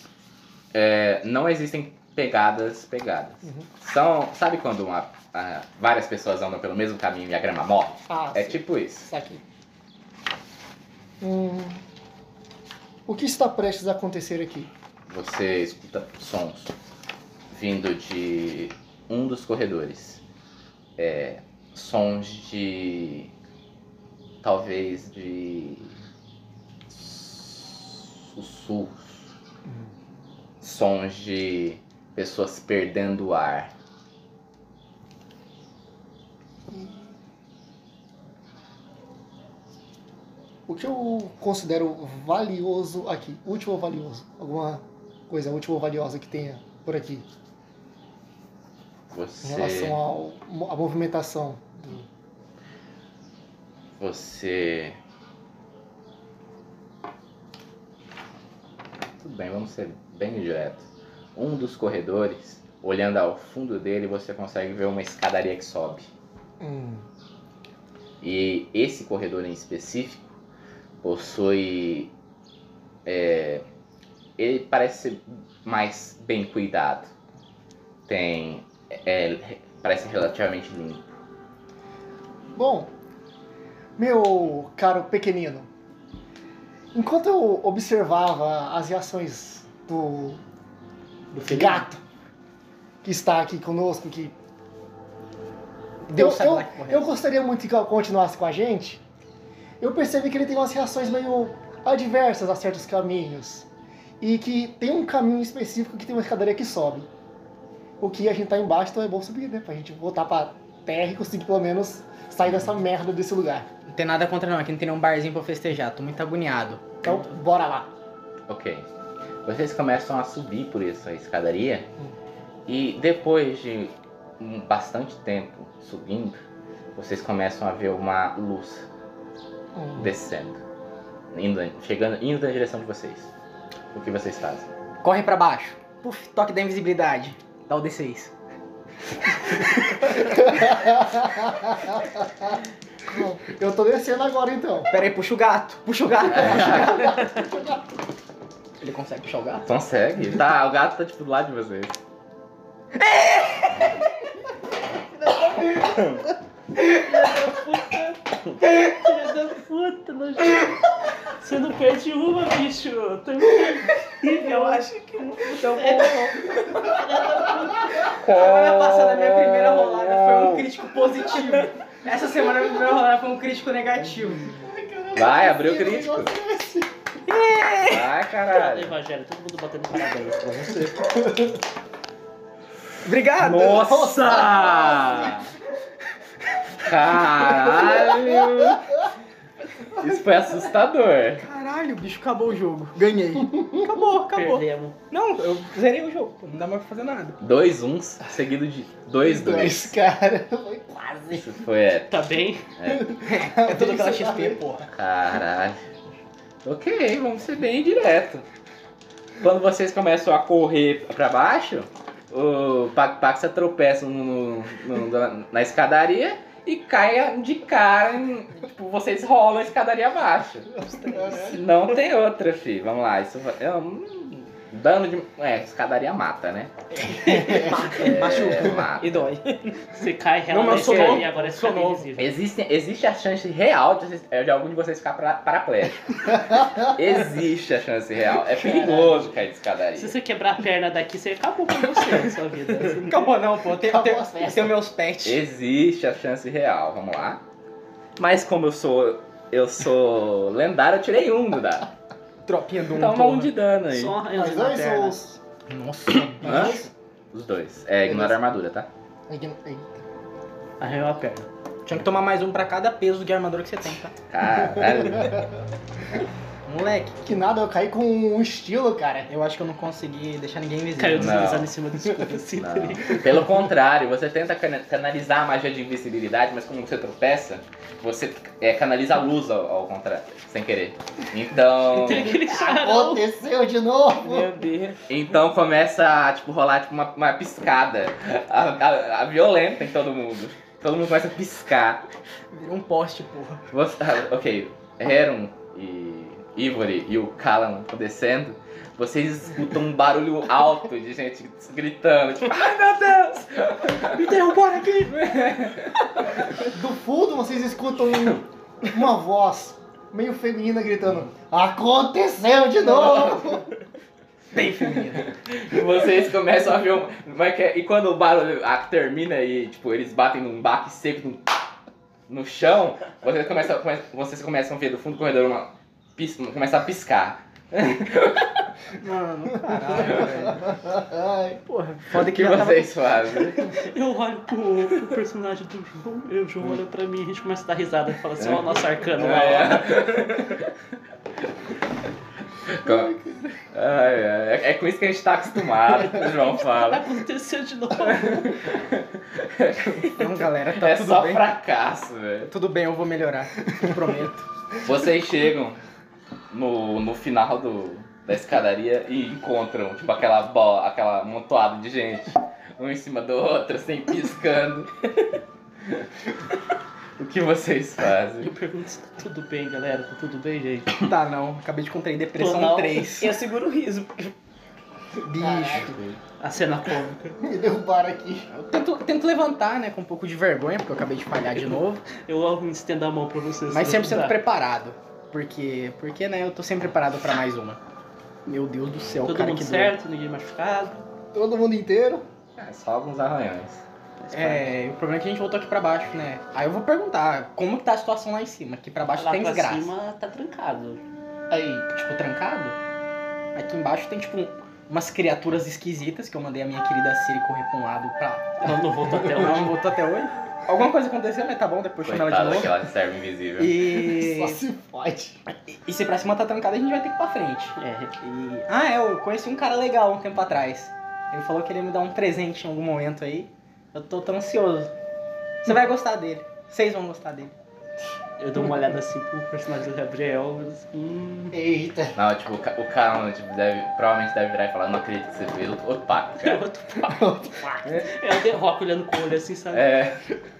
É, não existem pegadas, pegadas. Uhum. São, sabe quando uma- ah, várias pessoas andam pelo mesmo caminho e a grama morre? Ah, É sim. tipo isso. Isso aqui. Hum, o que está prestes a acontecer aqui? Você escuta sons vindo de um dos corredores. É, sons de. talvez de. sussurros. Hum. Sons de pessoas perdendo o ar. O que eu considero valioso aqui? Útil ou valioso? Alguma coisa útil ou valiosa que tenha por aqui em Você. relação ao, à movimentação? do- Você. Tudo bem, vamos ser bem direto. Um dos corredores, olhando ao fundo dele, você consegue ver uma escadaria que sobe. Hum, E esse corredor em específico possui. é, ele parece ser mais bem cuidado. Tem. é, re- parece relativamente limpo. Bom, meu caro pequenino, enquanto eu observava as reações do, Do filho. gato que está aqui conosco, que Deus eu, sabe eu- lá que corre. eu gostaria muito que ele continuasse com a gente. Eu percebi que ele tem umas reações meio adversas a certos caminhos. E que tem um caminho específico que tem uma escadaria que sobe. O que a gente tá embaixo, então é bom subir, né? Pra gente voltar pra terra e conseguir pelo menos sair dessa merda desse lugar. Não tem nada contra não, aqui não tem nenhum barzinho pra festejar, tô muito agoniado. Então, bora lá. Ok. Vocês começam a subir por essa escadaria Hum. e depois de um bastante tempo subindo, vocês começam a ver uma luz descendo, indo, chegando, indo na direção de vocês. O que vocês fazem? Corre pra baixo. Puf, toque da invisibilidade. Dá o D6. <laughs> Eu tô descendo agora então. Pera aí, puxa o gato, puxa o gato. puxa o gato. Ele consegue puxar o gato? Consegue? Tá, o gato tá tipo do lado de vocês. Filha da puta, nojento. Você não perde uma, bicho. Tô incrível. É. que não. Então, bom, Semana passada, minha primeira rolada foi um crítico positivo. Essa semana, minha primeira rolada foi um crítico negativo. Vai, abriu o crítico. Vai, Obrigado, <laughs> caralho. Evangelho. Todo mundo batendo parabéns pra você. Obrigado! Nossa! Caralho! Isso foi assustador. Caralho, bicho, acabou o jogo. Ganhei. Acabou, acabou. Perdemos. Não, eu zerei o jogo. Não dá mais pra fazer nada. Dois uns seguido de dois dois. Dois, cara. Isso foi é, Tá bem? É tudo aquela XP, porra. Caralho. Ok, vamos ser bem direto. Quando vocês começam a correr pra baixo, o Pac-Pac tropeça no- no- na, na escadaria e cai de cara. em- tipo, vocês rolam a escadaria abaixo. Não tem outra, fi. Vamos lá, isso vai- é um dano de. É, escadaria mata, né? Machuca. É, mata. E dói. Você cai, Não, mas sou rela novo, e agora é sou fica novo. invisível. Existe, existe a chance real de, vocês- é, de algum de vocês ficar para- <laughs> paraplégico. existe a chance real. É perigoso cair de escadaria. Se você quebrar a perna daqui, você acabou com você, a sua vida. Você não- Acabou É. não, pô. Tem, Acabou tem, as festas. tem meus pets. Existe a chance real. Vamos lá. Mas como eu sou. Eu <laughs> sou lendário, eu tirei um do dado. Tropinha do um, Toma um porra. de dano aí. Só um arranhãozinho Mas na dois perna. os. Nossa. Hã? Os dois. É, ignora a armadura, tá? Arranhou a perna. Tinha que tomar mais um pra cada peso de armadura que você tem, tá? <laughs> Caralho. Moleque, Que nada, eu caí com um estilo, cara. eu acho que eu não consegui deixar ninguém invisível. Caiu Não. deslizando em cima <laughs> do escudo. assim, tá ligado? Não. Pelo contrário, você tenta cana- canalizar a magia de invisibilidade, mas como você tropeça, você é, canaliza a luz ao, ao contrário, sem querer. Então. Tem aquele charol. Aconteceu de novo. Meu Deus. Então começa a tipo, rolar tipo, uma, uma piscada. A, a- a violenta em todo mundo. Todo mundo começa a piscar. Virou um poste, porra. Você- ah, ok, Heron e Ivory e o Callan estão descendo. Vocês escutam um barulho alto de gente gritando, tipo, ai meu Deus! Me derrubaram aqui! Do fundo vocês escutam um- uma voz meio feminina gritando: Aconteceu de novo! Bem feminino. E vocês começam a ver um. como é que é? E quando o barulho ah, termina e tipo, eles batem num baque seco num- no chão, vocês começam, come- vocês começam a ver do fundo do corredor uma. pis- Começa a piscar. Mano, caralho, velho. Ai, Porra, foda O que que já tava... vocês fazem? Eu olho pro, pro personagem do João, e o João olha pra mim, a gente começa a dar risada e fala assim, ó, o nosso arcano lá, é? É. ó. Com- <laughs> Ai, ai, é- é com isso que a gente tá acostumado, que o João Tá fala. Aconteceu de novo. Não, galera, tá É tudo só bem. fracasso, velho. Tudo bem, eu vou melhorar. Prometo. Vocês chegam no, no final do, da escadaria e encontram, tipo, aquela bola, aquela montoada de gente. Um em cima do outro, assim, piscando. o que vocês fazem? Eu pergunto se tá tudo bem, galera. Tá tudo bem, gente? Tá, não. Acabei de contrair Tô, depressão não. 3. eu seguro o riso. Bicho. É, A cena cômica. me derrubaram aqui. Eu tento, tento levantar, né, com um pouco de vergonha, porque eu acabei de falhar de novo. Eu amo estendo a mão pra vocês. Mas se sempre sendo ajudar. preparado. Porque, porque, né, eu tô sempre preparado pra mais uma. Meu Deus do céu, Todo cara, mundo que doido. certo, ninguém machucado. Todo mundo inteiro. É, só alguns arranhões. É, o problema é que a gente voltou aqui pra baixo, né? Aí eu vou perguntar, como que tá a situação lá em cima? Aqui pra baixo Lá tem pra desgraça. cima tá trancado. Aí, tipo, trancado? Aqui embaixo tem, tipo, umas criaturas esquisitas que eu mandei a minha querida Siri correr pra um lado pra. Ela não voltou até Ela não hoje. voltou até hoje. Alguma coisa aconteceu, mas tá bom, depois chama ela de Coitada novo. daquela serva invisível. E. <laughs> Só se fode. E se pra cima tá trancado, a gente vai ter que ir pra frente. É, E. Ah, é, eu conheci um cara legal um tempo atrás. Ele falou que ele ia me dar um presente em algum momento aí. Eu tô tão ansioso. Você vai gostar dele. Vocês vão gostar dele. Eu dou uma olhada assim pro personagem do Gabriel. eu disse, Hum, Eita. Não, tipo, o Ca- o Calma tipo, deve, provavelmente deve virar e falar, não acredito que você fez outro papo, é <laughs> cara. outro papo. É o The Rock olhando com o olho assim, sabe? É.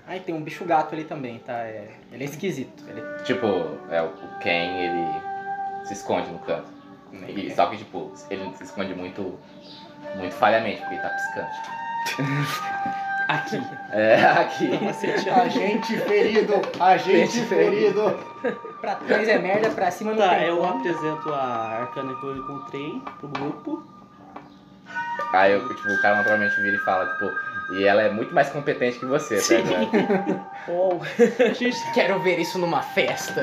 Ai, tem um bicho gato ali <laughs> também, tá? É, ele é esquisito. Ele Tipo, é, o o Ken, ele se esconde no canto. E, só que, tipo, ele se esconde muito, muito falhamente, porque ele tá piscando. <laughs> Aqui. É, aqui. Dá uma seteada. Agente ferido! Agente Gente ferido! Pra trás é merda, pra cima não Tá, tem eu como. apresento a arcana que eu encontrei pro grupo. Aí, eu, tipo, o cara naturalmente vira e fala, tipo, e ela é muito mais competente que você, tá? Sim. ligado? <laughs> Oh, A gente Quero ver isso numa festa.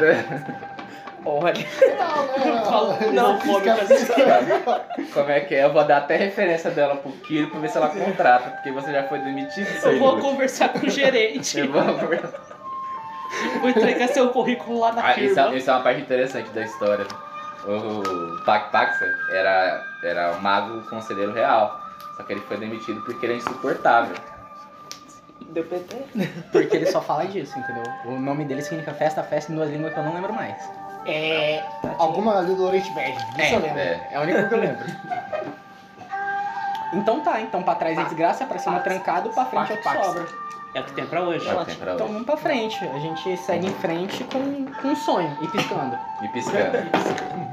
olha. Não, fala, não, não, fome com essa Como é que é? Eu vou dar até referência dela pro Kiro pra ver se ela contrata, porque você já foi demitido, seu Eu vou inútil. conversar com o gerente. Eu vou- Vou entregar seu currículo lá na Ah, isso, é, firma. isso é uma parte interessante da história. O Pac Paxa era, era um mago conselheiro real. Só que ele foi demitido porque ele é insuportável. Deu PT? é- Porque ele só fala disso, entendeu? O nome dele significa festa, festa em duas línguas que eu não lembro mais. É. tá Alguma ali do Oriente Médio, É, isso eu lembro. É. É o único que eu lembro. Então tá, então pra trás é desgraça, pra cima é trancado, pra frente é o que Pax. sobra. É o que tem pra hoje. Não tem pra Então hoje. vamos pra frente. A gente segue em frente com, com um sonho e piscando. E piscando.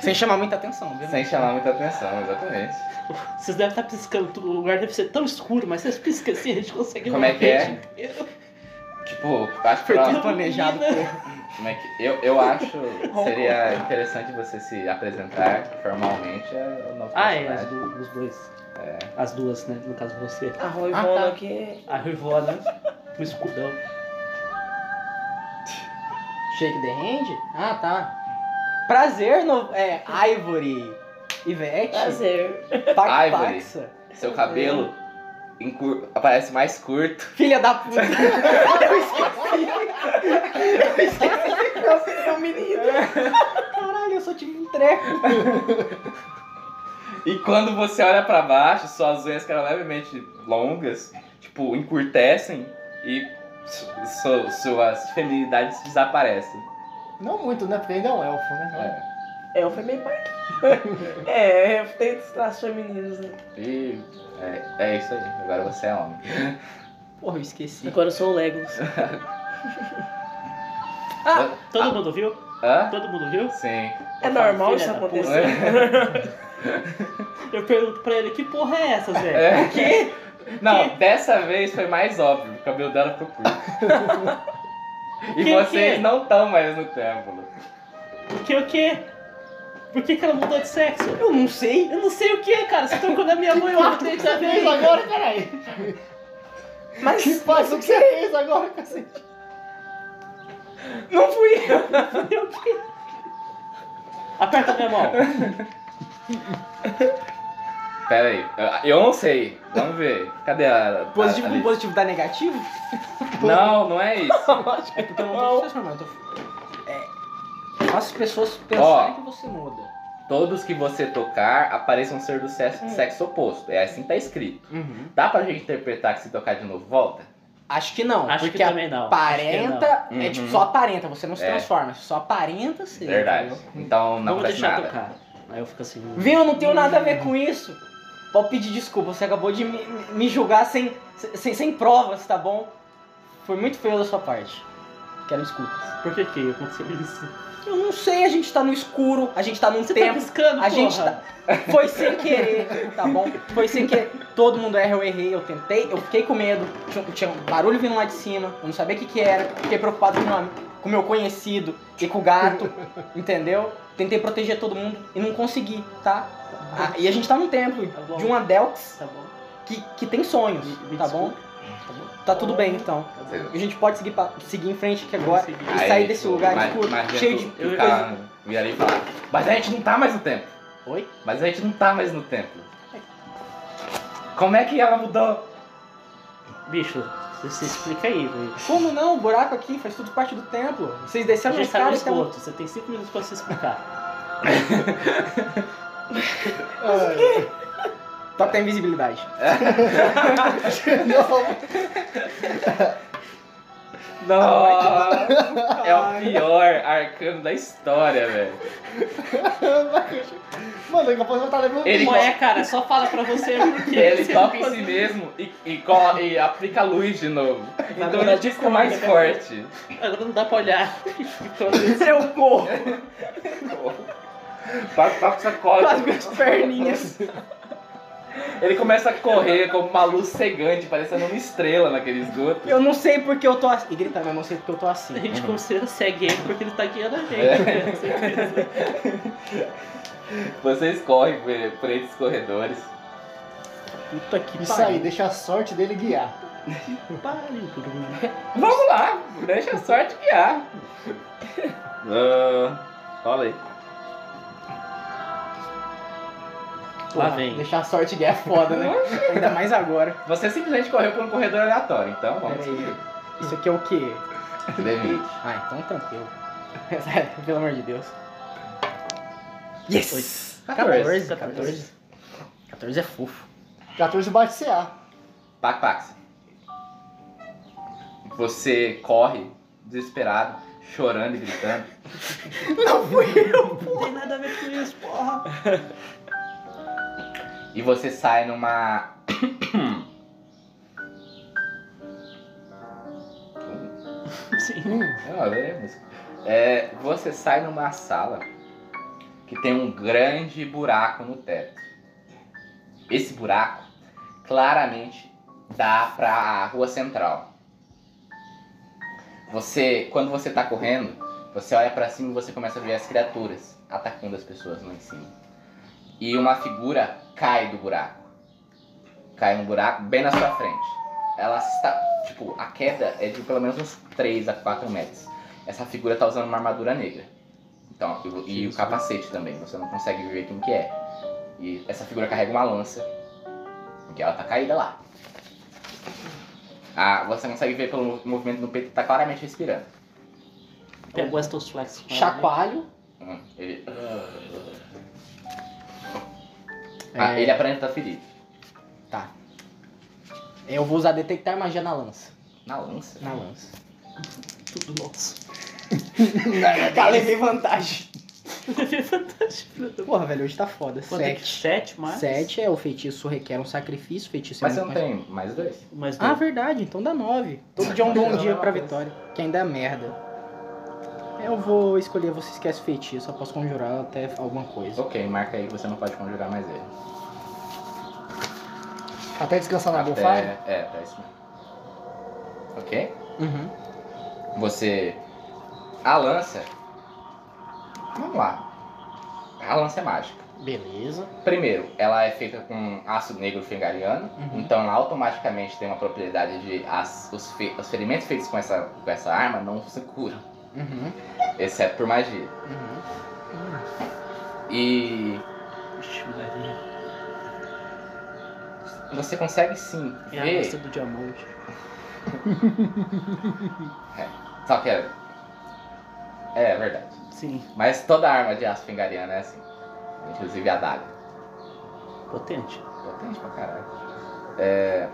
Sem chamar muita atenção, viu? Sem chamar muita atenção, exatamente. Vocês devem estar piscando, tudo. o lugar deve ser tão escuro, mas vocês piscam assim, a gente consegue Como é que é? Tipo, acho que Foi tudo pra- planejado. pô. como é que- eu, eu acho que seria interessante você se apresentar formalmente ao novo Ah, é, as personagem. du- os dois. As duas, né? No caso você. A Roivona Ah, tá. aqui. A Rivona, o escudão. Shake the hand? Ah, tá. Prazer, no... é, Ivory. Ivete. Prazer. Pac Ivory. Paxa. Seu cabelo encur- aparece mais curto. Filha da <laughs> puta. Eu esqueci. Eu esqueci que você é um menino. Caralho, eu só tive um treco. E quando você olha pra baixo, suas unhas que eram levemente longas, tipo, encurtecem e su- su- suas feminilidades desaparecem. Não muito, né? Porque ainda é um elfo, né? É. Elfo é meio pai. é, elfo tem os traços femininos, né? E é, é isso aí. Agora você é homem. Porra, eu esqueci. Agora eu sou o <laughs> Legolas. Ah, Todo mundo viu? Hã? Todo mundo viu? Sim. É normal Filha isso da puta. acontecer? Eu pergunto pra ele, que porra é essa, Zé? <laughs> É. Não, dessa vez foi mais óbvio. O cabelo dela ficou curto. e Que- vocês que? não estão mais no templo. O que, o que? Por que, que ela mudou de sexo? eu não sei. Eu não sei o que, cara. Você trocou da minha mãe, eu mudei Você da fez minha agora, caralho? Mas Que faz o que você fez agora, cacete? não fui eu. Aperta minha mão. Pera aí. Eu eu não sei. Vamos ver. Cadê a. a- Positivo a com lista? positivo dá negativo? Não, não é isso. É porque eu não Não. tô transformando. Eu tô... É. Faço as pessoas pensarem Ó. que você muda. Todos que você tocar apareçam ser do sexo, sexo oposto. É assim que tá escrito. Dá pra gente interpretar que se tocar de novo, volta? Acho que não. Acho porque que também não. Acho que não. aparenta. que não. É Uhum. tipo, só aparenta, você não se É. transforma. Só aparenta ser. Verdade. entendeu? Então não Vamos acontece deixar nada. tocar. Aí eu fico assim. Viu, eu não tenho nada a ver com isso. Pode pedir desculpa, você acabou de me, me julgar sem, sem, sem provas, tá bom? Foi muito feio da sua parte. Quero desculpas. Por que que aconteceu isso? Eu não sei, a gente tá no escuro, a gente tá num Você tá tempo. piscando, A gente porra. tá- Foi sem querer, tá bom? Foi sem querer. Todo mundo erra, eu errei, eu tentei, eu fiquei com medo. Tinha, tinha um barulho vindo lá de cima, eu não sabia o que, que era. Fiquei preocupado com, uma- com meu conhecido e com o gato, entendeu? Tentei proteger todo mundo e não consegui, tá? Ah, e a gente tá num templo Tá bom. de uma Delx Tá bom. que, que tem sonhos, Me- me tá bom? Tá tudo bem então. Tá bom. A gente pode seguir, pra- seguir em frente aqui agora Vamos seguir. e sair desse lugar ma- escuro, imagina cheio tu- de. tu ficar- vir ali e falar. Mas a gente não tá mais no templo. Oi? Mas a gente não tá mais no templo. Como é que ela mudou? Bicho, você se explica aí, velho. Como não? O buraco aqui faz tudo parte do templo. Vocês Você desceram tá já os está no caras esgoto, tá você tem 5 minutos pra se explicar. Ai, Toca da invisibilidade. não. Nossa, Oh, é o pior arcano da história, velho. Mano, daqui a pouco eu vou estar levando Ele- Ele é, cara, só fala pra você porque É, <laughs> Ele toca em si mesmo e, e, cola- e aplica a luz de novo. Então ele fica mais é forte. Agora não dá pra olhar. <laughs> Então, Seu corpo! Quase tá com essa cola. As minhas perninhas. Ele começa a correr como uma luz cegante, parecendo uma estrela naquele esgoto. Eu não sei porque eu tô assim. E gritando, eu não sei porque eu tô assim. a gente consegue segue ele porque ele tá guiando a gente. né? Vocês correm por, por esses corredores. Puta que Isso aí, deixa a sorte dele guiar. pariu, Bruno. Vamos lá, deixa a sorte guiar. Ah, Olha aí. Lá vem. Deixar a sorte guiar é foda, né? Ainda mais agora. Você simplesmente correu por um corredor aleatório, então Pera vamos. aí. Isso aqui é o quê? <laughs> Limite. Ah, então tranquilo. Sério, É, Pelo amor de Deus. Yes! 14. 14, 14. 14 é fofo. 14 bate CA. Pac Pax. Você corre desesperado, chorando e gritando. Não tem nada a ver com isso, porra. E você sai numa. Sim. Não, eu adorei a música. É, você sai numa sala que tem um grande buraco no teto. Esse buraco claramente dá pra rua central. Você, quando você tá correndo, você olha pra cima e você começa a ver as criaturas atacando as pessoas lá em cima. E uma figura cai do buraco. Cai no buraco bem na sua frente. Ela está, tipo, a queda é de pelo menos uns 3 a 4 metros. Essa figura tá usando uma armadura negra. Então, e, o- e o capacete também, você não consegue ver quem que é. E essa figura carrega uma lança. Porque ela tá caída lá. Ah, você consegue ver pelo movimento no peito que tá claramente respirando. É. Pega o Aston Flex. né? Chacoalho. Hum, ele... É. Ah, ele aparenta estar ferido. Tá. Eu vou usar detectar magia na lança. Na lança? <laughs> Na Hum. lança. Tudo nosso. Cara, levei vantagem. Fantástico. Porra, velho, hoje tá foda. Quanto é 7. que? Sete mais? 7 é o feitiço requer um sacrifício, o feitiço é Mas você muito não mais- tem mais dois. Mais Ah, dois. verdade, então dá 9. Todo dia é um bom Não, dia não, pra não. vitória. Que ainda é merda. Eu vou escolher, você esquece o feitiço, eu posso conjurar até alguma coisa. Ok, marca aí que você não pode conjurar mais ele. Até descansar na bonfire. Até... É, até isso mesmo. Ok? Uhum. Você. A lança. Vamos lá. A lança é mágica. Beleza. Primeiro, ela é feita com ácido negro fengaliano, Uhum. então ela automaticamente tem uma propriedade de as- os, fe- os ferimentos feitos com essa, com essa arma não se curam, Uhum. exceto por magia. Uhum. E Ixi, Maria. você consegue sim É a ver, lança do diamante. só que é, é verdade. Sim. Mas toda arma de aço fengariana é assim, inclusive a daga. Potente. Potente pra caralho. É...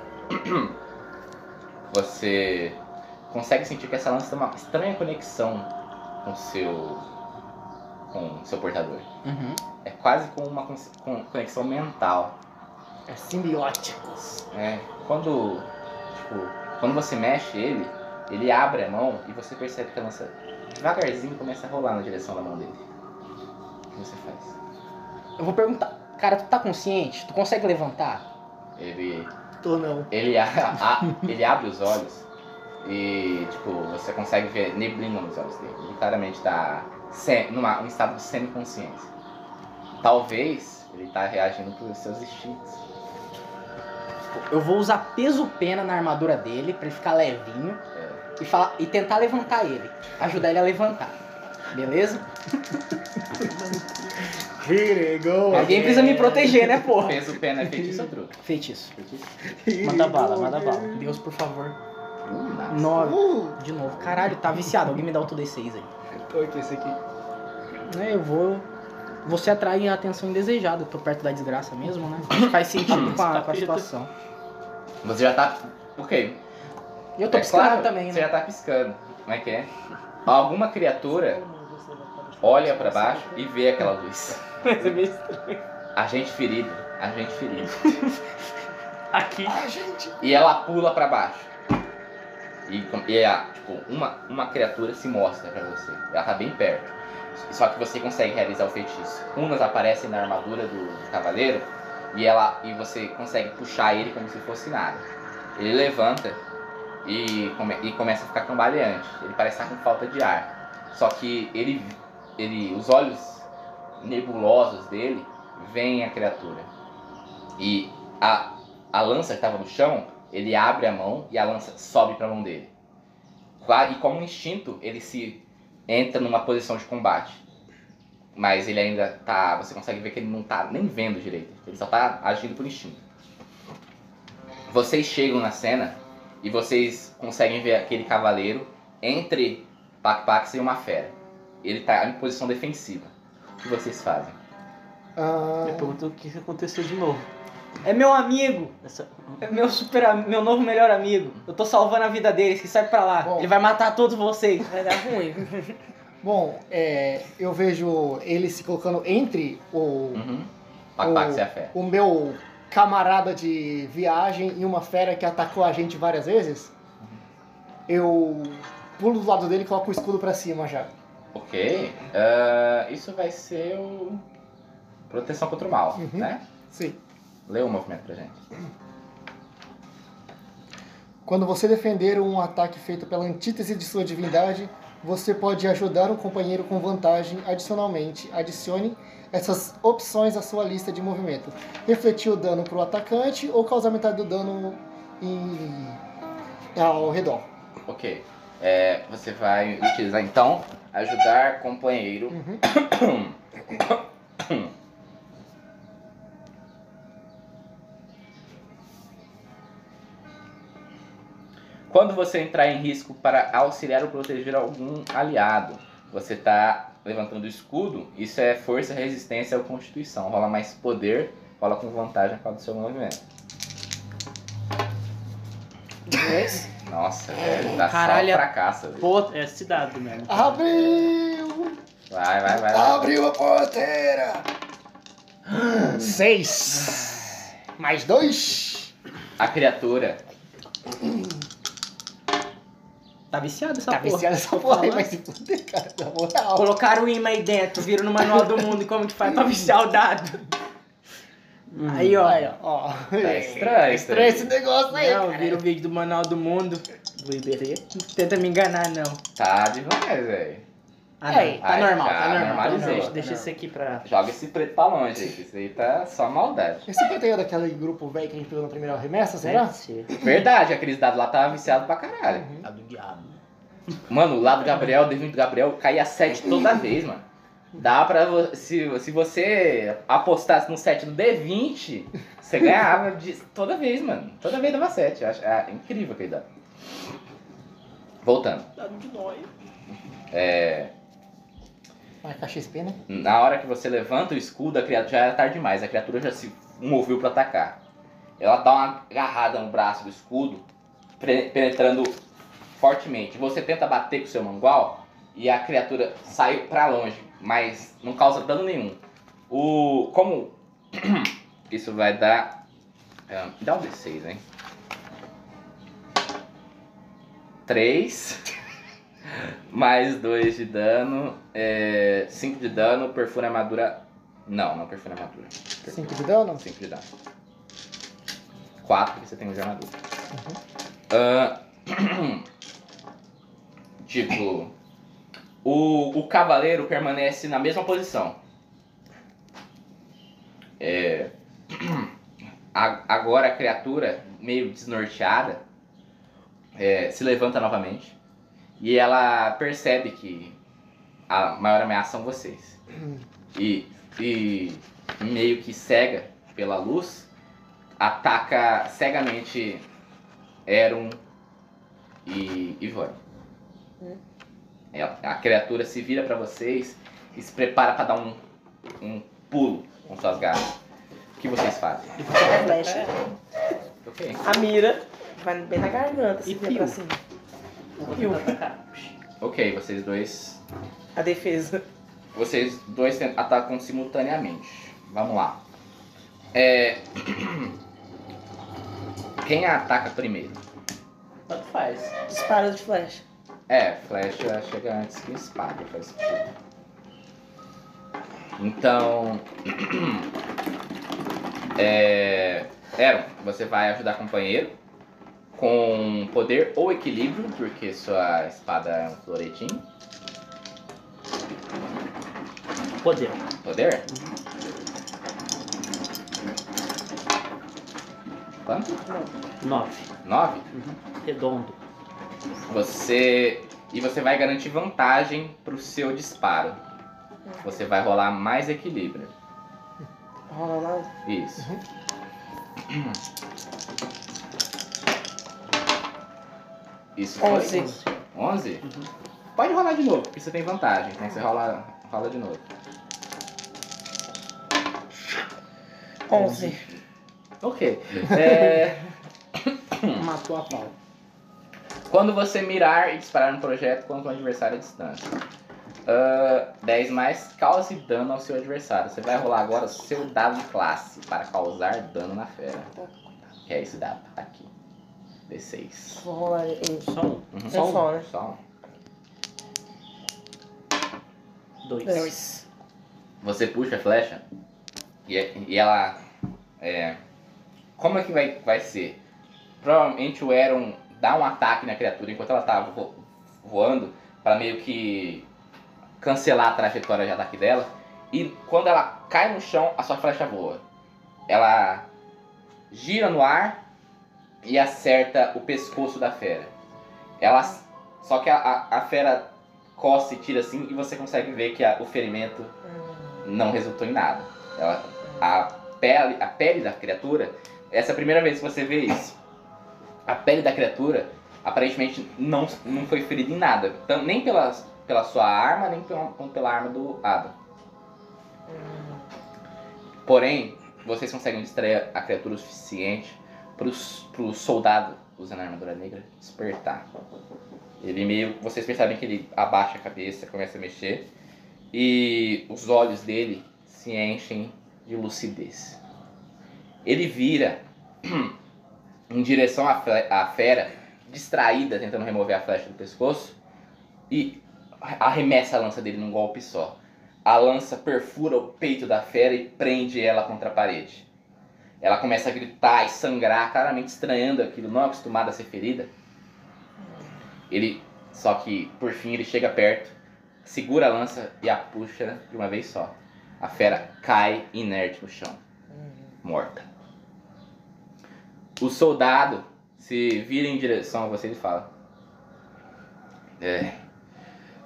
<clears throat> Você consegue sentir que essa lança tem uma estranha conexão com seu. com o seu portador. Uhum. É quase como uma cons- con- conexão mental. É simbiótico. É, quando. Tipo, quando você mexe ele, ele abre a mão e você percebe que a lança devagarzinho começa a rolar na direção da mão dele. O que você faz? Eu vou perguntar, cara, tu tá consciente? Tu consegue levantar? Ele Tô não. Ele, a- a- ele abre os olhos e, tipo, você consegue ver neblina nos olhos dele. Ele claramente tá sem, numa, um estado de semiconsciência. Talvez ele tá reagindo por seus instintos. Eu vou usar peso pena na armadura dele pra ele ficar levinho e, falar, e tentar levantar ele. Ajudar ele a levantar. Beleza? Here you go. Alguém precisa me proteger, né, porra? Peso, pena, é feitiço ou truque? Feitiço. Here Manda you bala, go manda bala. again. Deus, por favor. Uh, nice. 9. Uh, De novo. Caralho, tá viciado. Alguém me dá outro D6 aí. ok, esse aqui. É, eu vou. Você atrai a atenção indesejada. Tô perto da desgraça Tá. mesmo, né? Faz sentido com a, com a situação. Você já tá. Ok. E eu tô É piscando claro, também, né? Você já tá piscando. Como é que é? Alguma criatura olha pra baixo <laughs> e vê aquela luz. Mas é meio estranho. A gente ferido, a gente ferido. Aqui. Ah, gente! E ela pula pra baixo. E, com- e a, tipo, uma, uma criatura se mostra pra você. Ela tá bem perto. Só que você consegue realizar o feitiço. Unas aparecem na armadura do, do cavaleiro e, ela, e você consegue puxar ele como se fosse nada. Ele levanta e, come- e começa a ficar cambaleante. Ele parece estar com falta de ar. Só que ele, ele os olhos nebulosos dele veem a criatura. E a, a lança que tava no chão, ele abre a mão e a lança sobe pra mão dele. Claro, e como um instinto, ele se entra numa posição de combate. Mas ele ainda tá. Você consegue ver que ele não tá nem vendo direito. Ele só tá agindo por instinto. Vocês chegam na cena e vocês conseguem ver aquele cavaleiro entre Pac-Pax e uma fera. Ele tá em posição defensiva. O que vocês fazem? Ah, Eu pergunto o que que aconteceu de novo. É meu amigo! Essa- É meu super am- meu novo melhor amigo. Eu tô salvando a vida dele, que sai pra lá. Bom. Ele vai matar todos vocês. Vai dar ruim. bom, é, eu vejo ele se colocando entre o, Uhum. Pac-Pax e a fera. o meu camarada de viagem e uma fera que atacou a gente várias vezes. Eu pulo do lado dele e coloco o escudo pra cima já. Ok. ah, isso vai ser o. Proteção contra o mal, Uhum. né? Sim. Lê o movimento pra gente. Quando você defender um ataque feito pela antítese de sua divindade, você pode ajudar um companheiro com vantagem. Adicionalmente, adicione essas opções à sua lista de movimento. Refletir o dano para o atacante ou causar metade do dano em- ao redor. Ok. É, você vai utilizar então ajudar companheiro. Uhum. Quando você entrar em risco para auxiliar ou proteger algum aliado, você tá levantando o escudo, isso é força, resistência ou constituição. Rola mais poder, rola com vantagem por causa do seu movimento. Nossa, velho, tá Caralho. só fracasso. velho. Pô, é cidade mesmo. Abriu! Vai, vai, vai. vai. Abriu a porteira! Seis! Mais dois! A criatura Tá viciado essa Tá porra. viciado essa Tô porra aí, falando. vai se fuder, cara, na moral. Colocaram o imã aí dentro, viram no manual do mundo como que faz pra viciar o dado. Aí, ó. Aí, ó. tá estranha. Estranho esse negócio aí. Não, vira o vídeo do manual do mundo do Iberê. Não tenta me enganar, não. Tá demais, velho. Ah, É não. Ei, tá ai, normal, já tá normal. Tá normalizei. normal. Deixa, deixa esse aqui pra. Joga esse preto pra longe, gente. Isso aí tá só maldade. Esse PT é daquele grupo velho que a gente pegou na primeira remessa, será? Deve ser. <laughs> Verdade, aqueles dados lá tava viciado pra caralho. Uhum. Tá do diabo. Mano, o lado do Gabriel, o desenho do Gabriel caía 7 toda vez, mano. Dá pra. vo- Se, se você apostasse no 7 do D20, você ganhava de- toda vez, mano. Toda vez dava 7. Acho, é incrível aquele dado. Voltando. Dado de nóia. Marca XP, né? Na hora que você levanta o escudo, a criatura já era tarde demais, a criatura já se moveu pra atacar. Ela dá uma agarrada no braço do escudo, pre- penetrando fortemente. Você tenta bater com o seu mangual e a criatura sai pra longe, mas não causa dano nenhum. O como <clears throat> isso vai dar ah, dá um D6, hein? 3 mais 2 de dano, 5 de dano, perfura a armadura. Não, não perfura a armadura. 5 de dano? 5 de dano. 4 que você tem um Ah, de armadura. Ahn, <clears throat> tipo, o, o cavaleiro permanece na mesma posição. É, <clears throat> a- agora a criatura, meio desnorteada, é, se levanta novamente. E ela percebe que a maior ameaça são vocês. E, e meio que cega pela luz, ataca cegamente Eron e Ivone. Ela- a criatura se vira pra vocês e se prepara pra dar um, um pulo com suas garras. O que vocês fazem? É flecha. Ok. A mira Vai bem na garganta, se E vier piu. pra cima. Vou tentar atacar. Ok, vocês dois. A defesa. Vocês dois ten- atacam simultaneamente. Vamos lá. É. <clears throat> Quem ataca primeiro? Tanto faz. Disparo de flecha. É, flecha chega antes que espada. Faz... Então. <clears throat> é. Eron, você vai ajudar companheiro com poder ou equilíbrio, porque sua espada é um floretinho. Poder. Poder? Quanto? 9. 9? Redondo. Você. E você vai garantir vantagem pro seu disparo. É. Você vai rolar mais equilíbrio. Rola lá. Uhum. Isso. Isso foi? Onze. Uhum. 11? Pode rolar de novo, porque você tem vantagem. Então você Ah. rola, rola de novo. Onze. <laughs> Ok. É. Hum. Matou a pau. Quando você mirar e disparar um projeto contra um adversário à distância. Ah, 10 mais, cause dano ao seu adversário. Você vai rolar agora o seu dado de classe para causar dano na fera. Que é esse dado, tá aqui. D6. Vou rolar um. Só um. Uhum. Só um só, né? Só um. Dois. É, Dois. Você puxa a flecha e, e ela. é, como é que vai, vai ser? Provavelmente o Eron dá um ataque na criatura enquanto ela tá vo- voando para meio que cancelar a trajetória de ataque dela. E quando ela cai no chão, a sua flecha voa. Ela gira no ar e acerta o pescoço da fera. Ela, só que a, a, a fera coça e tira assim e você consegue ver que a- o ferimento não resultou em nada. Ela- a, pele, a pele da criatura, essa é a primeira vez que você vê isso. A pele da criatura aparentemente não, não foi ferida em nada. Tam- nem pela, pela sua arma, nem pela, como pela arma do Adam. Porém, vocês conseguem distrair a criatura o suficiente para o soldado, usando a armadura negra, despertar. Ele meio. Vocês percebem que ele abaixa a cabeça, começa a mexer. E os olhos dele se enchem de lucidez. Ele vira <clears throat> em direção à, fle- à fera, distraída, tentando remover a flecha do pescoço, e arremessa a lança dele num golpe só. A lança perfura o peito da fera e prende ela contra a parede. Ela começa a gritar e sangrar, claramente estranhando aquilo, não acostumada a ser ferida. Ele, só que por fim ele chega perto segura a lança e a puxa de uma vez só. A fera cai inerte no chão, morta. O soldado se vira em direção a você e fala: É,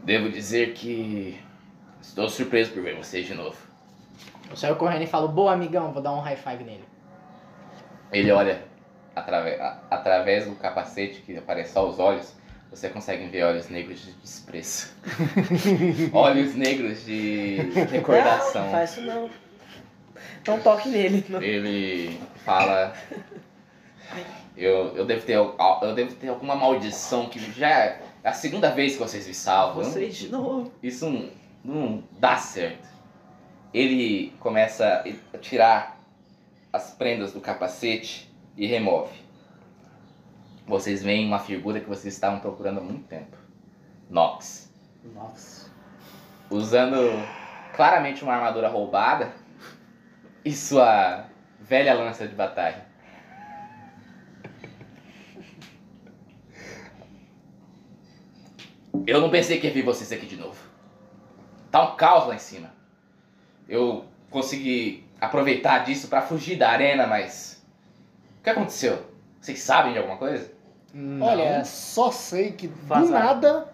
devo dizer que estou surpreso por ver vocês de novo. Eu saio correndo e falo, boa amigão, vou dar um high five nele. Ele olha atrave- a- através do capacete que aparece só os olhos. Você consegue ver olhos negros de desprezo. olhos negros de recordação. Não, não faz isso não. Não toque nele. Não. Ele fala. Eu, eu, devo ter, al- eu devo ter alguma maldição que já é a segunda vez que vocês me salvam. é Vocês de novo. Isso não, não dá certo. Ele começa a tirar as prendas do capacete e remove. Vocês veem uma figura que vocês estavam procurando há muito tempo. Nox Nossa. usando claramente uma armadura roubada e sua velha lança de batalha. Eu não pensei que ia ver vocês aqui de novo. Tá um caos lá em cima. Eu consegui aproveitar disso pra fugir da arena, mas. O que aconteceu? Vocês sabem de alguma coisa? Olha, só sei que do Vazar. nada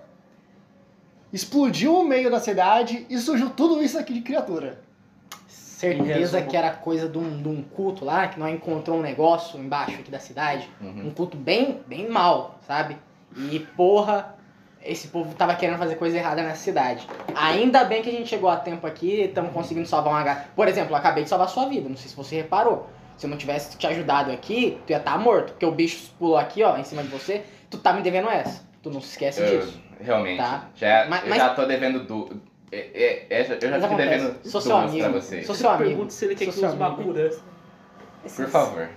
explodiu o meio da cidade e surgiu tudo isso aqui de criatura. Em certeza resumo. que era coisa de um, de um culto lá, que nós encontrou um negócio embaixo aqui da cidade. Uhum. Um culto bem, bem mal, sabe? E porra, esse povo tava querendo fazer coisa errada nessa cidade. Ainda bem que a gente chegou a tempo aqui e estamos conseguindo salvar uma galera. Por exemplo, eu acabei de salvar sua vida, não sei se você reparou. Se eu não tivesse te ajudado aqui, tu ia estar morto. Porque o bicho pulou aqui, ó, em cima de você. Tu tá me devendo essa. Tu não se esquece Eu, disso. realmente. Tá. Já, é, Mas- eu mas- já tô devendo du... é- é- é- Eu já Mas fico acontece. devendo Sou duas seu pra amigo. vocês. Sou seu amigo. Pergunto se ele quer que Sou seu use uma amigo. cura. Por favor.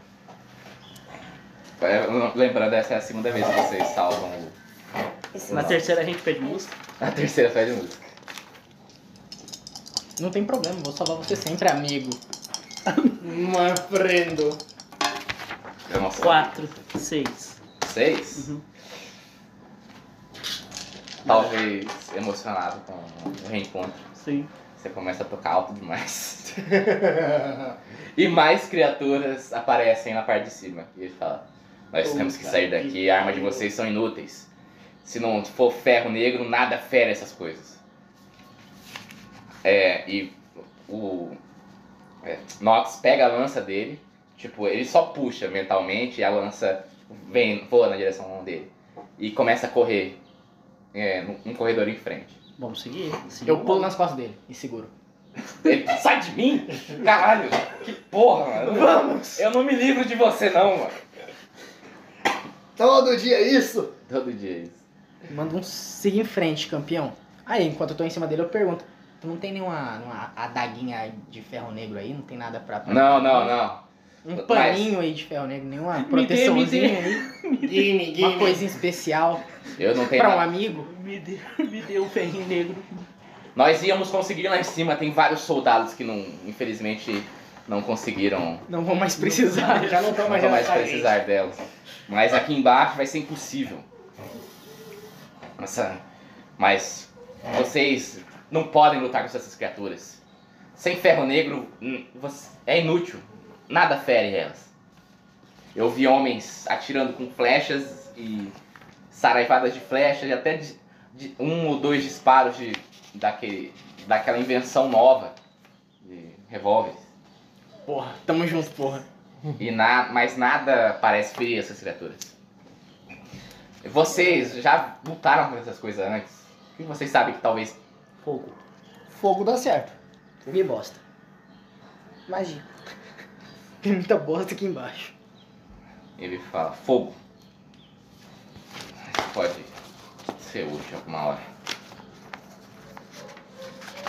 É, Lembrando, essa é a segunda vez que vocês salvam o... Esse Na não. terceira a gente pede música. a terceira festa de música. Não tem problema, vou salvar você sempre, amigo. Manfredo. Eu não sei. Quatro, seis. Seis? Uhum. Talvez emocionado com o reencontro. Sim. Você começa a tocar alto demais. <laughs> e mais criaturas aparecem na parte de cima. E ele fala: Nós Puta temos que sair daqui, que a arma de pariu. vocês são inúteis. Se não for ferro negro, nada fere essas coisas. É, e o. É, Nox pega a lança dele, tipo, ele só puxa mentalmente e a lança vem, voa na direção dele. E começa a correr é, num- num corredor em frente. Vamos seguir. seguir Eu pulo nas costas dele e seguro. Ele, sai de mim? Caralho, que porra, mano. Vamos! Eu não me livro de você, não, mano. Todo dia é isso? Todo dia isso. Manda um siga em frente, campeão. Aí, enquanto eu tô em cima dele, eu pergunto. Tu não tem nenhuma uma adaguinha de ferro negro aí? Não tem nada pra... Não, não, não. Um paninho aí de ferro negro, nenhuma Me dê, me dê. proteçãozinha aí. Gimme, Uma coisinha especial Eu não tenho pra um nada. amigo. Me deu, me deu um ferrinho negro. Nós íamos conseguir lá em cima, tem vários soldados que não, infelizmente, não conseguiram Não vou mais precisar. Já não tô Então, não mais vou mais nessa precisar delas. Mas aqui embaixo vai ser impossível. Nossa, mas vocês não podem lutar com essas criaturas. Sem ferro negro hum, você- é inútil. Nada fere elas. Eu vi homens atirando com flechas e saraivadas de flechas e até de, de um ou dois disparos de, daquele, daquela invenção nova de revólveres. Porra, tamo junto, porra. E na, mas nada parece ferir essas criaturas. Vocês já lutaram com essas coisas antes? O que vocês sabem que talvez. Pouco. Fogo dá certo. Me bosta. Imagina. <laughs> Tem muita bosta aqui embaixo. Ele fala: fogo. Isso Pode ser útil alguma hora.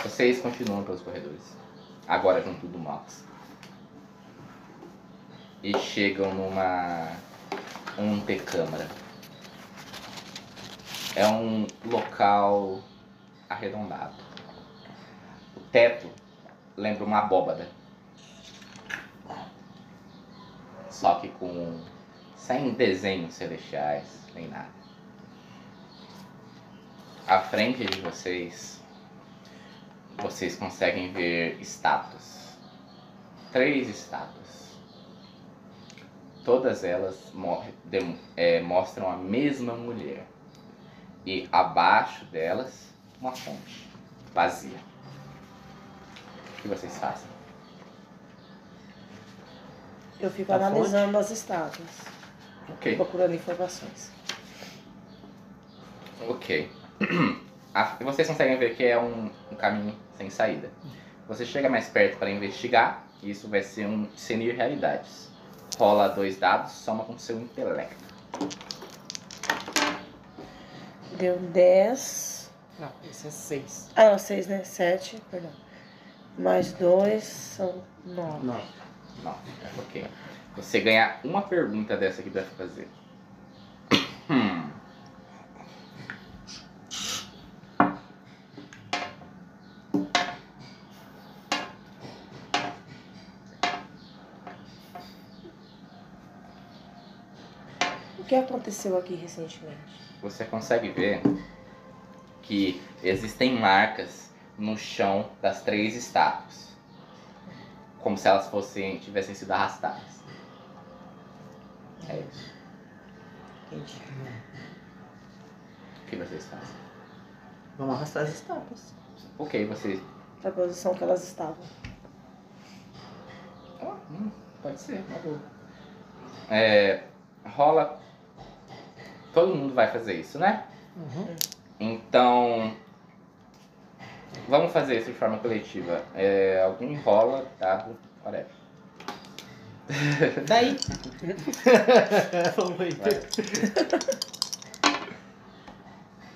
Vocês continuam pelos corredores. Agora junto do Max. E chegam numa antecâmara. É um local arredondado. O teto lembra uma abóbada. Só que com. sem desenhos celestiais, nem nada. À frente de vocês, vocês conseguem ver estátuas. Três estátuas. Todas elas mo- dem- é, mostram a mesma mulher. E abaixo delas, uma fonte vazia. O que vocês fazem? Eu fico Tá analisando as estátuas, Ok. procurando informações. Ok. <clears throat> A- Vocês conseguem ver que é um, um caminho sem saída. Você chega mais perto para investigar, e isso vai ser um discernir realidades. Rola dois dados, soma com seu intelecto. Deu 10. Não, esse é 6. Ah, não, 6, né? 7, perdão. Mais 2 são 9. Não. Não, ok. Você ganha uma pergunta dessa que dá pra fazer. Hum. O que aconteceu aqui recentemente? Você consegue ver que existem marcas no chão das três estátuas. Como se elas fossem tivessem sido arrastadas. É isso. Entendi. O que vocês fazem? Vamos arrastar as estátuas. Ok, vocês. Pra posição que elas estavam. Ah, hum, pode ser, uma boa. É, rola. Todo mundo vai fazer isso, né? Uhum. Então. Vamos tá? fazer isso de forma coletiva. É, alguém rola, dado, whatever. Daí, Vamos aí. Vai.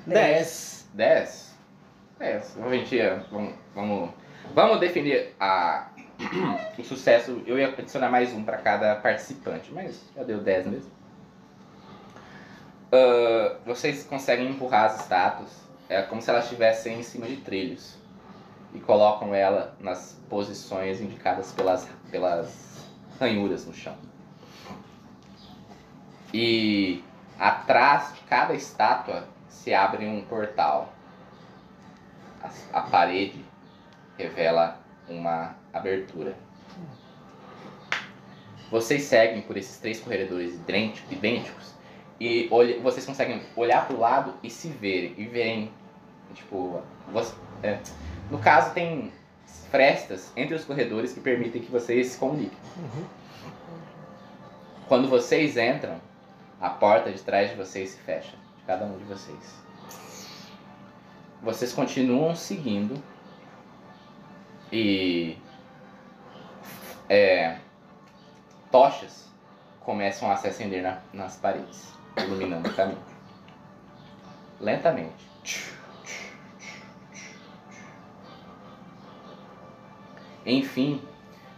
10. 10? É, a gente ia- vamos, vamos, vamos definir a, <clears throat> o sucesso. Eu ia adicionar mais um pra cada participante, mas já deu 10 mesmo. Ah, vocês conseguem empurrar as estátuas, é como se elas estivessem em cima de trilhos, e colocam ela nas posições indicadas pelas, pelas ranhuras no chão. E atrás de cada estátua se abre um portal. A, a parede revela uma abertura. Vocês seguem por esses três corredores idrente- idênticos e olhe- vocês conseguem olhar para o lado e se verem. E verem, tipo, você- é, no caso tem frestas entre os corredores que permitem que vocês se comuniquem. Quando vocês entram, a porta de trás de vocês se fecha, de cada um de vocês. Vocês continuam seguindo e é, tochas começam a se acender na- nas paredes, iluminando o caminho. Lentamente. Enfim,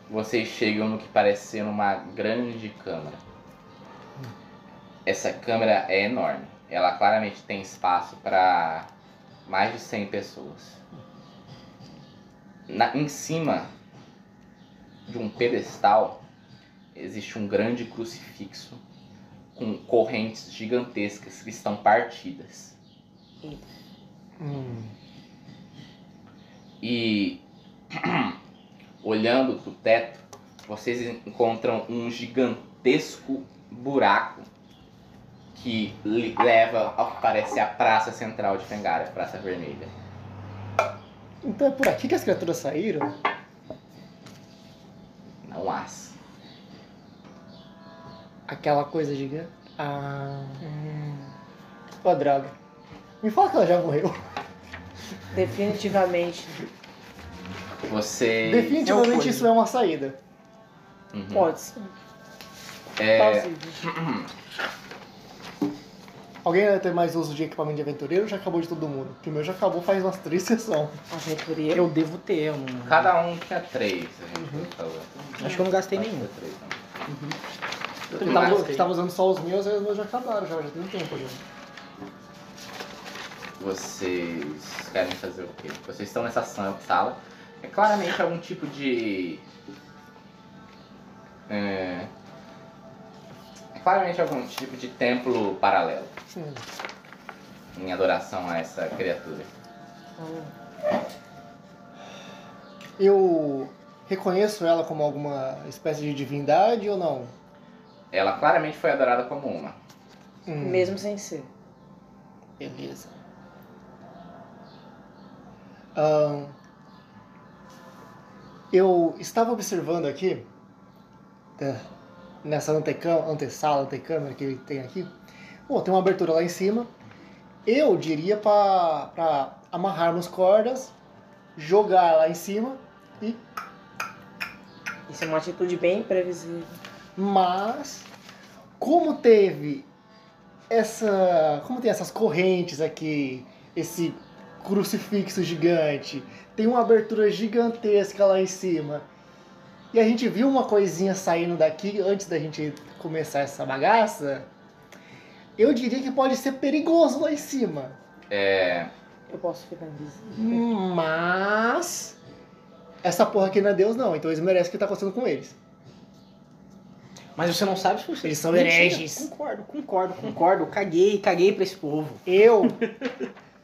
vocês chegam no que parece ser uma grande câmara. Essa câmera é enorme. Ela claramente tem espaço para mais de 100 pessoas. Na- em cima de um pedestal existe um grande crucifixo com correntes gigantescas que estão partidas. Hum. E <clears throat> olhando pro teto, vocês encontram um gigantesco buraco que li- leva ao que parece a praça central de Fengara, a Praça Vermelha. Então é por aqui que as criaturas saíram? Não as. Aquela coisa gigante. Ah. Ó, droga. Me fala que ela já morreu. Definitivamente. Vocês. Definitivamente isso é uma saída. Uhum. Pode ser. É, Plausível. Alguém vai ter mais uso de equipamento de aventureiro ou já acabou de todo mundo? Porque o meu já acabou faz umas três sessões. Aventureiro. Eu devo ter, eu não- cada um tinha três, a gente falou. acho que eu não gastei nenhum. Acho que é três, né? Porque Mas- tava, tava usando só os meus, aí os meus já acabaram, já, já tem um tempo já. Vocês querem fazer o quê? Vocês estão nessa sa- sala. É claramente algum tipo de. É, é claramente algum tipo de templo paralelo Sim. em adoração a essa criatura. Eu reconheço ela como alguma espécie de divindade ou não? Ela claramente foi adorada como uma. Hum, Mesmo sem ser. Beleza. Ahn, eu estava observando aqui, tá, nessa antecam- antessala, antecâmara que ele tem aqui. Bom, tem uma abertura lá em cima. Eu diria para amarrarmos cordas, jogar lá em cima, Isso é uma atitude bem imprevisível. mas como teve essa. Como tem essas correntes aqui, esse crucifixo gigante, tem uma abertura gigantesca lá em cima. E a gente viu uma coisinha saindo daqui antes da gente começar essa bagaça. Eu diria que pode ser perigoso lá em cima. É, Eu posso ficar invisível. Mas. Essa porra aqui não é Deus, não. Então eles merecem o que tá acontecendo com eles. Mas você não sabe se você. Eles são Mentira, hereges. Concordo, concordo, concordo. Caguei, caguei pra esse povo. Eu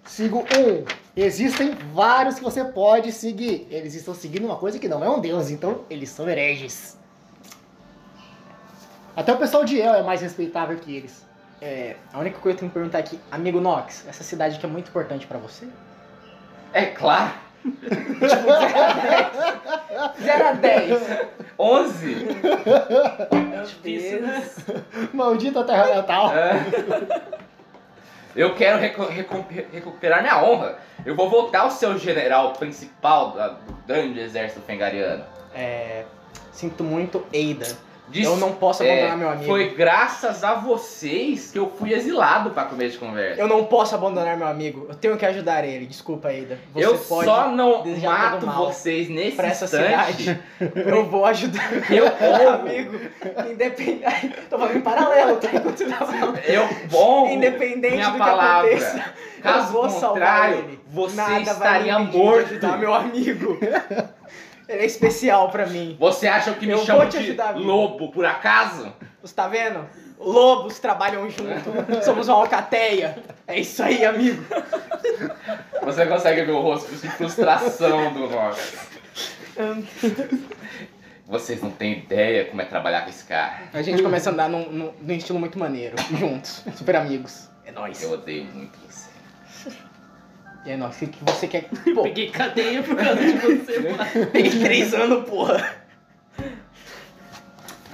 sigo um. Existem vários que você pode seguir. Eles estão seguindo uma coisa que não é um deus, então eles são hereges. Até o pessoal de El é mais respeitável que eles. <laughs> É, a única coisa que eu tenho que perguntar aqui, amigo Nox, essa cidade que é muito importante pra você? é claro! 0 a 10. 11! Meu É Difícil, né? Deus. Maldita Terra Natal. É. Eu quero recu- recu- recuperar minha honra. Eu vou voltar ao seu general principal da- do grande exército fengariano. Sinto muito, Eida. Disse- Eu não posso é, abandonar meu amigo. Foi graças a vocês que eu fui exilado pra comer de conversa. Eu não posso abandonar meu amigo. Eu tenho que ajudar ele. Desculpa, Aida. Você eu pode só não desejar mato todo mal vocês nesse pra essa instante. cidade. Eu vou ajudar Eu meu honro, amigo. Independente. Tô falando em paralelo, tá? Continuando. eu honro Independente minha do que palavra. aconteça. Caso vou salvar contrário, ele. você Nada estaria vai me impedir morto. De ajudar meu amigo. <laughs> Ele é especial pra mim. Você acha que me Eu vou chama de te ajudar, amigo. lobo, por acaso? Você tá vendo? Lobos trabalham <laughs> junto. Somos uma alcateia. É isso aí, amigo. Você consegue ver o rosto de frustração do <laughs> Rock. Vocês não têm ideia como é trabalhar com esse cara. A gente começa a andar num, num- num estilo muito maneiro. Juntos. Super amigos. É nóis. Eu odeio muito você. E é nóis. O que você quer? Pô, Peguei cadeia por causa de você, mano. peguei três anos, porra.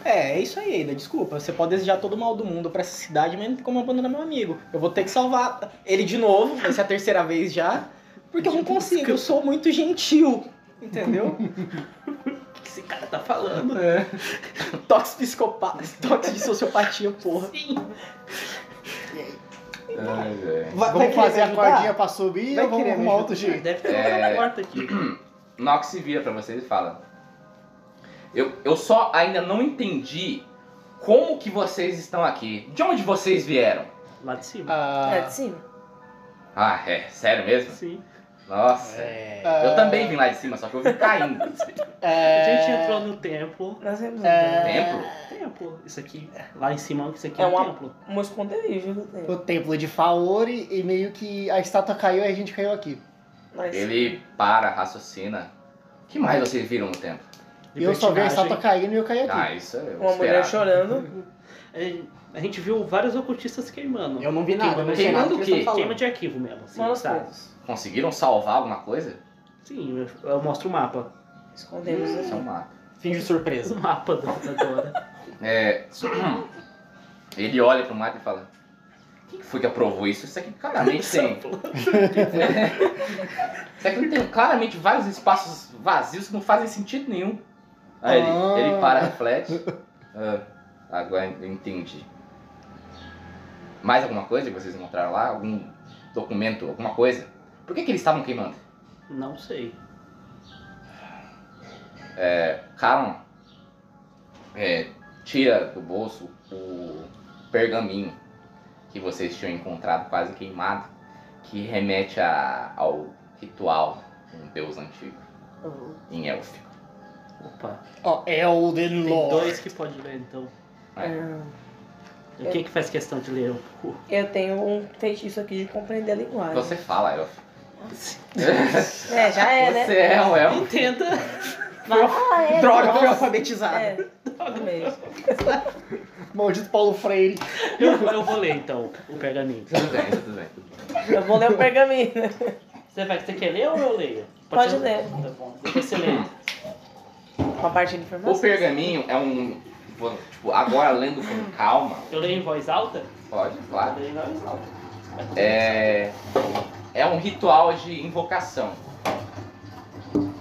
É, é isso aí, Ida. Desculpa. Você pode desejar todo o mal do mundo pra essa cidade, mas não tem como abandonar meu amigo. Eu vou ter que salvar ele de novo. Vai ser a terceira vez já. Porque eu não consigo. Eu sou muito gentil. Entendeu? O que esse cara tá falando? É, Toques psicopatas. Toques de sociopatia, porra. Sim. Ai, velho. Vai, vamos fazer a ajudar? cordinha pra subir Vai ou vamos querer me arrumar outro Ah, jeito? Deve ter É. uma porta aqui. Nox se vira pra vocês e fala. Eu, eu só ainda não entendi como que vocês estão aqui. De onde vocês vieram? Lá de cima. É Ah, de cima. Ah, é? Sério mesmo? Sim. Nossa. É. ah, Eu também vim lá de cima, só que eu vim caindo. A é, gente entrou no templo. Nós temos um É. Templo? Templo. Isso aqui. Lá em cima, isso aqui é, É um uma- templo. templo, um esconderijo do tempo. O templo de Faori e meio que a estátua caiu e a gente caiu aqui. Nós- Ele para, raciocina. O que mais vocês viram no templo? E eu só vi a Libertinagem. estátua caindo e eu caí aqui. Ah, isso eu Uma mulher esperava. chorando. A gente- A gente viu vários ocultistas queimando. Eu não vi nada. Queimando não sei nada queimando o que eles quê? tão Queima falando. de arquivo mesmo. assim, Mano, sabe? Conseguiram salvar alguma coisa? Sim, eu- eu mostro o mapa. Escondemos assim. Isso é um aqui. mapa. Finge surpresa. O mapa da da Dora. É, <clears throat> ele olha pro mato e fala: Quem que foi que aprovou isso? Isso aqui claramente tem. <laughs> Isso aqui tem claramente vários espaços vazios que não fazem sentido nenhum. Aí ele, Ah. ele para, reflete. Ah, agora eu entendi. Mais alguma coisa que vocês encontraram lá? Algum documento, alguma coisa? Por que, que eles estavam queimando? Não sei. Calma. É, tira do bolso o pergaminho que vocês tinham encontrado quase queimado, que remete a- ao ritual de um deus antigo em élfico. Opa. Ó, Elden Tem Lord. dois que pode ler então. Ah, E Quem é que faz questão de ler um pouco? Eu tenho um feitiço aqui de compreender a linguagem. Você fala élfico. <laughs> É, já é, né? Você é um élfico. Entenda! Ah, é. Droga, fui nossa. alfabetizado. É, isso mesmo. Maldito Paulo Freire. Eu, eu vou ler então o pergaminho. Tudo bem, tudo bem. Eu vou ler o pergaminho. né? Você vai, você quer ler ou eu leio? Pode ser- ler. Tá bom. Depois você lê. Uma parte de O informação. pergaminho é um. vou- Tipo, agora lendo com calma, Eu leio em voz alta? pode, Eu claro. leio em voz alta. Mas- É, é um ritual de invocação.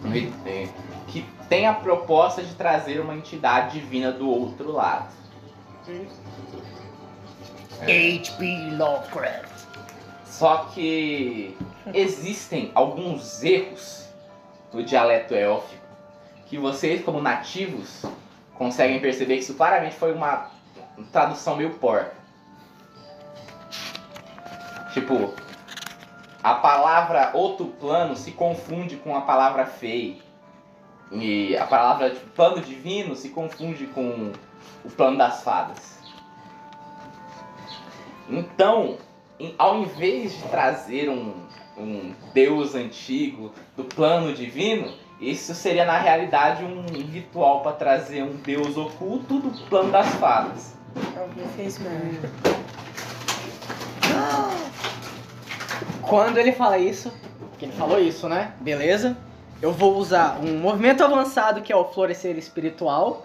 Um ri- é, Que tem a proposta de trazer uma entidade divina do outro lado. H.P. Lovecraft. Só que existem alguns erros no dialeto élfico que vocês, como nativos, conseguem perceber que isso claramente foi uma tradução meio porca. Tipo, a palavra outro plano se confunde com a palavra fei. E a palavra tipo, plano divino se confunde com o plano das fadas. Então, em- ao invés de trazer um, um deus antigo do plano divino, isso seria na realidade um ritual para trazer um deus oculto do plano das fadas. Alguém fez merda. Quando ele fala isso, porque ele falou isso, né? Beleza? Eu vou usar um movimento avançado que é o florescer espiritual.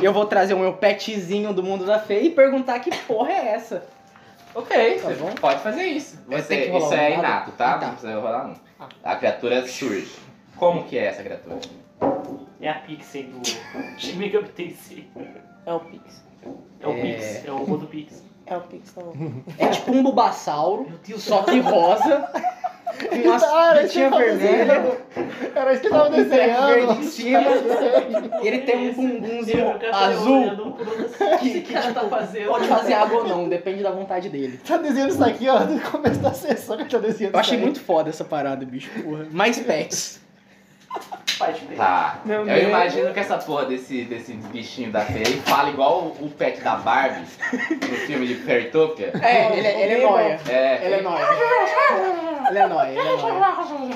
E eu vou trazer o meu petzinho do mundo da fé e perguntar que porra é essa. Ok, Tá você bom. pode fazer isso. Mas tem Você- que rolar isso um é dado? inato, Ah, tá? tá. Não precisa rolar um. Ah. A criatura surge. Como que é essa criatura? É a Pixie do Shin Up Tensei. É o Pix. É o É. Pix, é o robô do Pix. É o Pix, tá bom. É tipo um Bulbasauro, só que rosa. com umas Cara, isso que pintinhas eu tava vermelhas. desenhando. Era isso que eu tava é verde desenhando. em cima. é E ele tem um Esse- bumbumzinho Eu quero fazer azul. tipo olhando um pro outro. O que que ela tá fazendo? Pode fazer água ou não, depende da vontade dele. Tá desenhando isso aqui, ó, no começo da sessão que eu tô desenhando Eu achei isso aí. muito foda essa parada, bicho, porra. Mais pets. Fight Play. Tá. Meu eu Deus. imagino que essa porra desse, desse bichinho da Fairy fala igual o, o pet da <laughs> Barbie no filme de Fairytopia. É, ele, é- ele é nóia. É, Ele é nóia. Ele é nóia, ele é nóia. ele vai falar assim,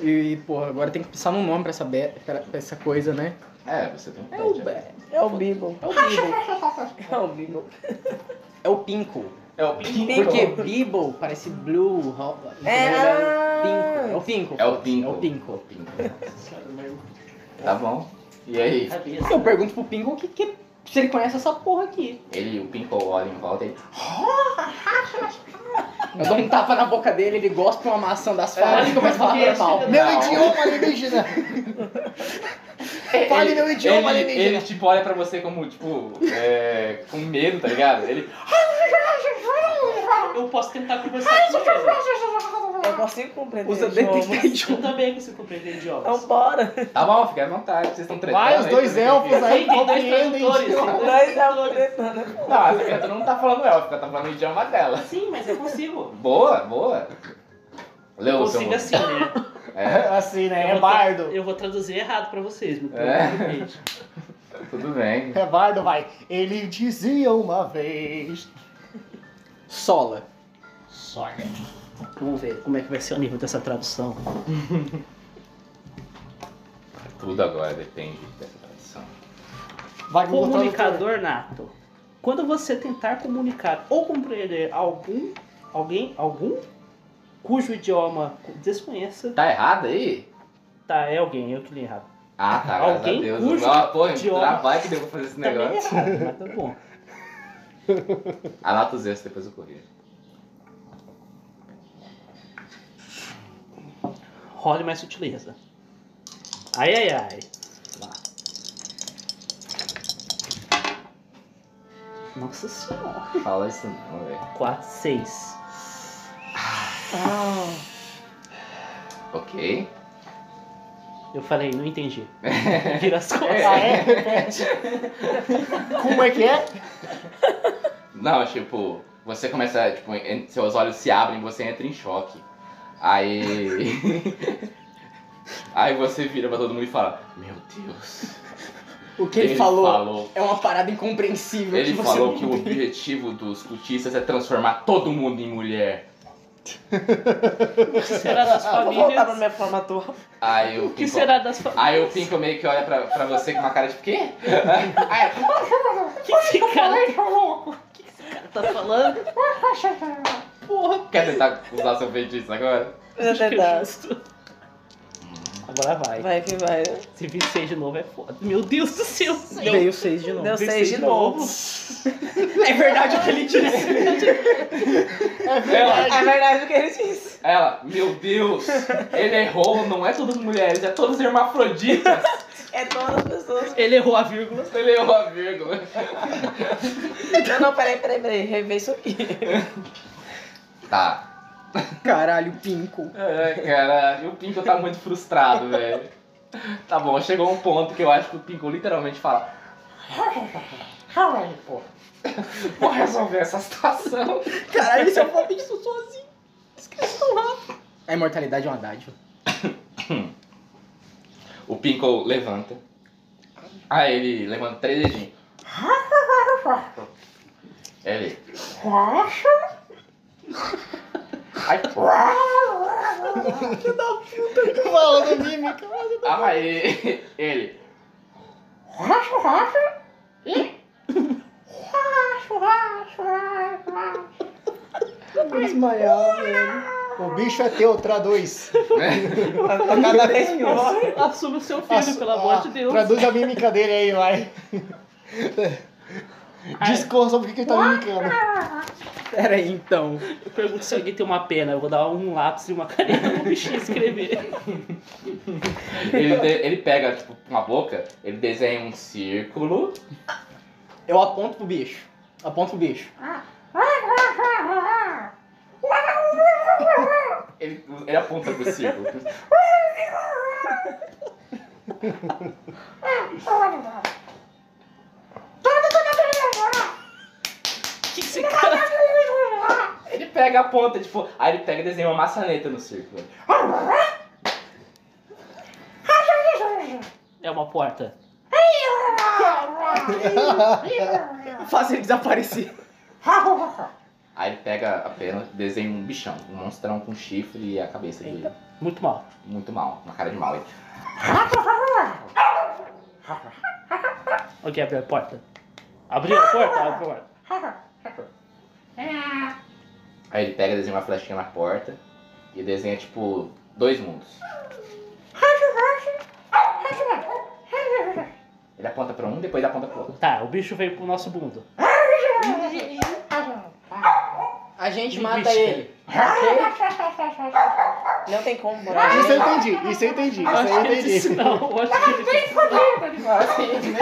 E, porra, agora tem que pensar num nome pra essa, be- pra- pra essa coisa, né? "Ah, É, você tem um É o, pet. Be- É o Bibo. é o <laughs> Beeble. É o Bibo. É o Pinko. É o Pinko. Porque Beeble parece blue. ro- entendeu? É. Ele É o Pinko. É o Pinko. É o Pinko. Pinko. Cara, meu, Tá bom. E aí? cabeça. Eu pergunto pro Pinko o que, que- se ele conhece essa porra aqui. Ele, o Pinko olha em volta e... Eu dou um tapa na boca dele, ele gosta de uma maçã das falas e começa a falar normal. Meu Não. idioma alienígena! <laughs> Fale meu idioma ele, alienígena! ele, tipo, olha pra você como, tipo, é, com medo, tá ligado? Ele... Eu posso tentar conversar com ele. ah, Eu consigo compreender. Usa idiomas. detectar Tipo, Eu idioma. também consigo compreender idiomas. é um Então bora. Tá bom, fica à vontade, vocês estão tretando Vai, né, os aí, dois tudo elfos bem. aí Tem dois compreendem tradutores, tem idioma. dois Nós é o tradutores. tretando. Não, essa criatura não tá falando élfica, tá falando o idioma dela. Sim, mas eu consigo. Boa, boa. Leu o seu... Consigo assim, né? É, Assim, né? É vou tra- bardo. Eu vou traduzir errado pra vocês, me É. perdoem, gente. tudo bem. É bardo, vai. Ele dizia uma vez. Sola. Vamos ver como é que vai ser o nível dessa tradução. Tudo agora depende dessa tradução. Vai com o tradutor. Comunicador nato. Quando você tentar comunicar ou compreender algum, alguém, algum, cujo idioma desconheça, Tá errado aí? tá, é alguém, eu que li errado. Ah, tá, graças Alguém a Deus. curte Não, pô, idioma. trabalho que deu pra fazer Tá esse Também é negócio. errado, mas tá bom. Anota os erros depois eu corrijo. Role mais sutileza. Ai, ai, ai. Lá. Nossa senhora. Fala isso não, velho. 4, 6. Ah, Ok. Eu falei, não <laughs> entendi. Vira as costas. Ah, é? Repete. Como é que é? Não, tipo, você começa, tipo, en- seus olhos se abrem, você entra em choque. Aí. <laughs> Aí você vira pra todo mundo e fala: Meu Deus. O que ele, falou, falou é uma parada incompreensível. Ele que você falou não que o objetivo dos cultistas é transformar todo mundo em mulher. O que será das vou voltar pra famílias? minha forma atual. Aí o O que Pinko, será das famílias? aí o Pinko meio que olha pra, pra você com uma cara de quê? <laughs> Aí, O que esse cara tá O que esse cara tá falando? porra, quer tentar usar seu feitiço agora? É Acho que é verdade. justo. Agora vai. Vai que vai. Se 26 de novo é foda. Meu Deus do céu. Veio seis de novo. Deu Vem seis seis de de novo. É verdade o que ele disse. Ela, É verdade o que ele disse. ela, meu Deus, ele errou, não é todas mulheres, é todas hermafroditas. É todas as pessoas. Ele errou a vírgula. Ele errou a vírgula. Não, não, peraí, peraí, peraí. Revê isso aqui. Tá. Caralho, Pinko. É, cara, e o Pinko tá muito frustrado, velho. Tá bom, chegou um ponto que eu acho que o Pinko literalmente fala. Caralho, pô. Vou resolver essa situação. Caralho, esse é o palpite sou sozinho. A imortalidade é uma dádiva. O Pinko levanta. Aí ele levanta três dedinhos. Ele. Aí. Falando mímica. Aí ele. Desmaiar, velho. O bicho é teu, traduz. Tá cada <laughs> vez pior. Assuma o seu filho, Ass- pelo amor ah, de Deus. Traduz a mímica dele aí, vai. Discorra sobre o que que ele tá brincando. Pera aí, então. Eu pergunto se alguém tem uma pena. Eu vou dar um lápis e uma caneta pro bichinho escrever. Ele, de- ele pega, tipo, uma boca, ele desenha um círculo. Eu aponto pro bicho. Aponto pro bicho. Ele, ele aponta pro círculo. que esse cara... Ele pega, aponta, tipo, aí ele pega e desenha uma maçaneta no círculo. <laughs> É uma porta. Faz ele desaparecer. Aí ele pega a pena, desenha um bichão, um monstrão com chifre e a cabeça dele. Muito mal. Muito mal, uma cara de mal. Ele, Alguém abriu a porta. Abriu a porta? Abriu a porta. Aí ele pega, desenha uma flechinha na porta e desenha, tipo, dois mundos. Ele aponta pra um, depois aponta pro outro. Tá, o bicho veio pro nosso mundo. A gente Que mata bicho. ele. Ok? Não tem como morar. Isso eu entendi, isso eu entendi, isso acho eu que ele disse <laughs> entendi. não. eu Acho que ele disse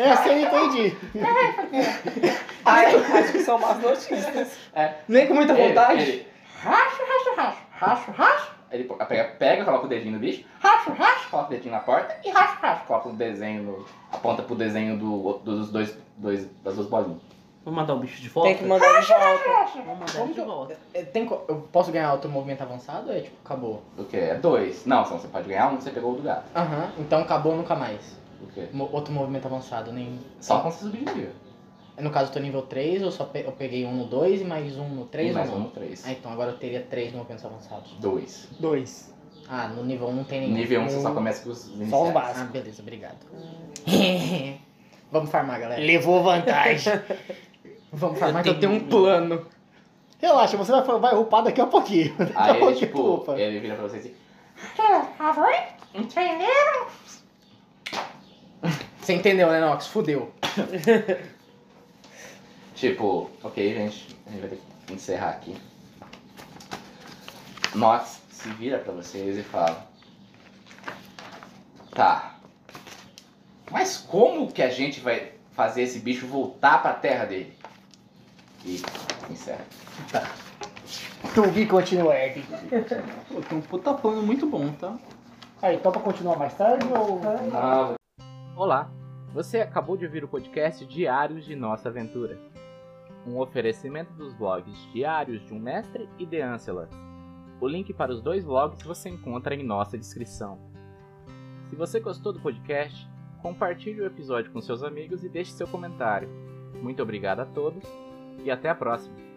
Essa eu entendi. Ai, acho que são más notícias. Nem com muita Ele- vontade. Ele, ele po- pega, pega, coloca o dedinho no bicho, coloca o dedinho na porta e coloca o desenho, no- aponta pro desenho do, dos dois, dois, das duas bolinhas. Vamos mandar o bicho de Tem volta? que mandar de volta. Vamos mandar ele de volta. É, Tem, co- eu posso ganhar outro movimento avançado? É tipo, acabou. O que? É dois. Não, só você pode ganhar um, você pegou o do gato. Aham, então acabou nunca mais. O quê? Mo- outro movimento avançado, nem. Só quando você subir de nível. No caso, eu tô nível 3, eu só pe- eu peguei um no 2 e mais um no 3 E mais ou um não? no três. Ah, então agora eu teria 3 movimentos avançados. Dois. Dois. Ah, no nível 1 tem nenhum. Nível um, você só começa com os iniciais. Só os Ah, básicos. beleza, obrigado. <laughs> Vamos farmar, galera. Levou vantagem. Vamos farmar que eu tenho um plano. Relaxa, você vai, vai upar daqui a pouquinho. <laughs> Daqui a Aí ele, pouquinho tu tipo, upa. ele vira pra você e diz, Você entendeu, né, Nox? Fudeu. tipo, ok, gente, a gente vai ter que encerrar aqui. Nox se vira pra vocês e fala, tá, mas como que a gente vai fazer esse bicho voltar pra terra dele? E encerra. Tubi continua ergue. Pô, tem um puta plano muito bom, tá? Aí, topa continuar mais tarde ou. Olá, você acabou de ouvir o podcast Diários de Nossa Aventura. Um oferecimento dos blogs Diários de um Mestre e The Ancellor. O link para os dois blogs você encontra em nossa descrição. Se você gostou do podcast, compartilhe o episódio com seus amigos e deixe seu comentário. Muito obrigado a todos e até a próxima!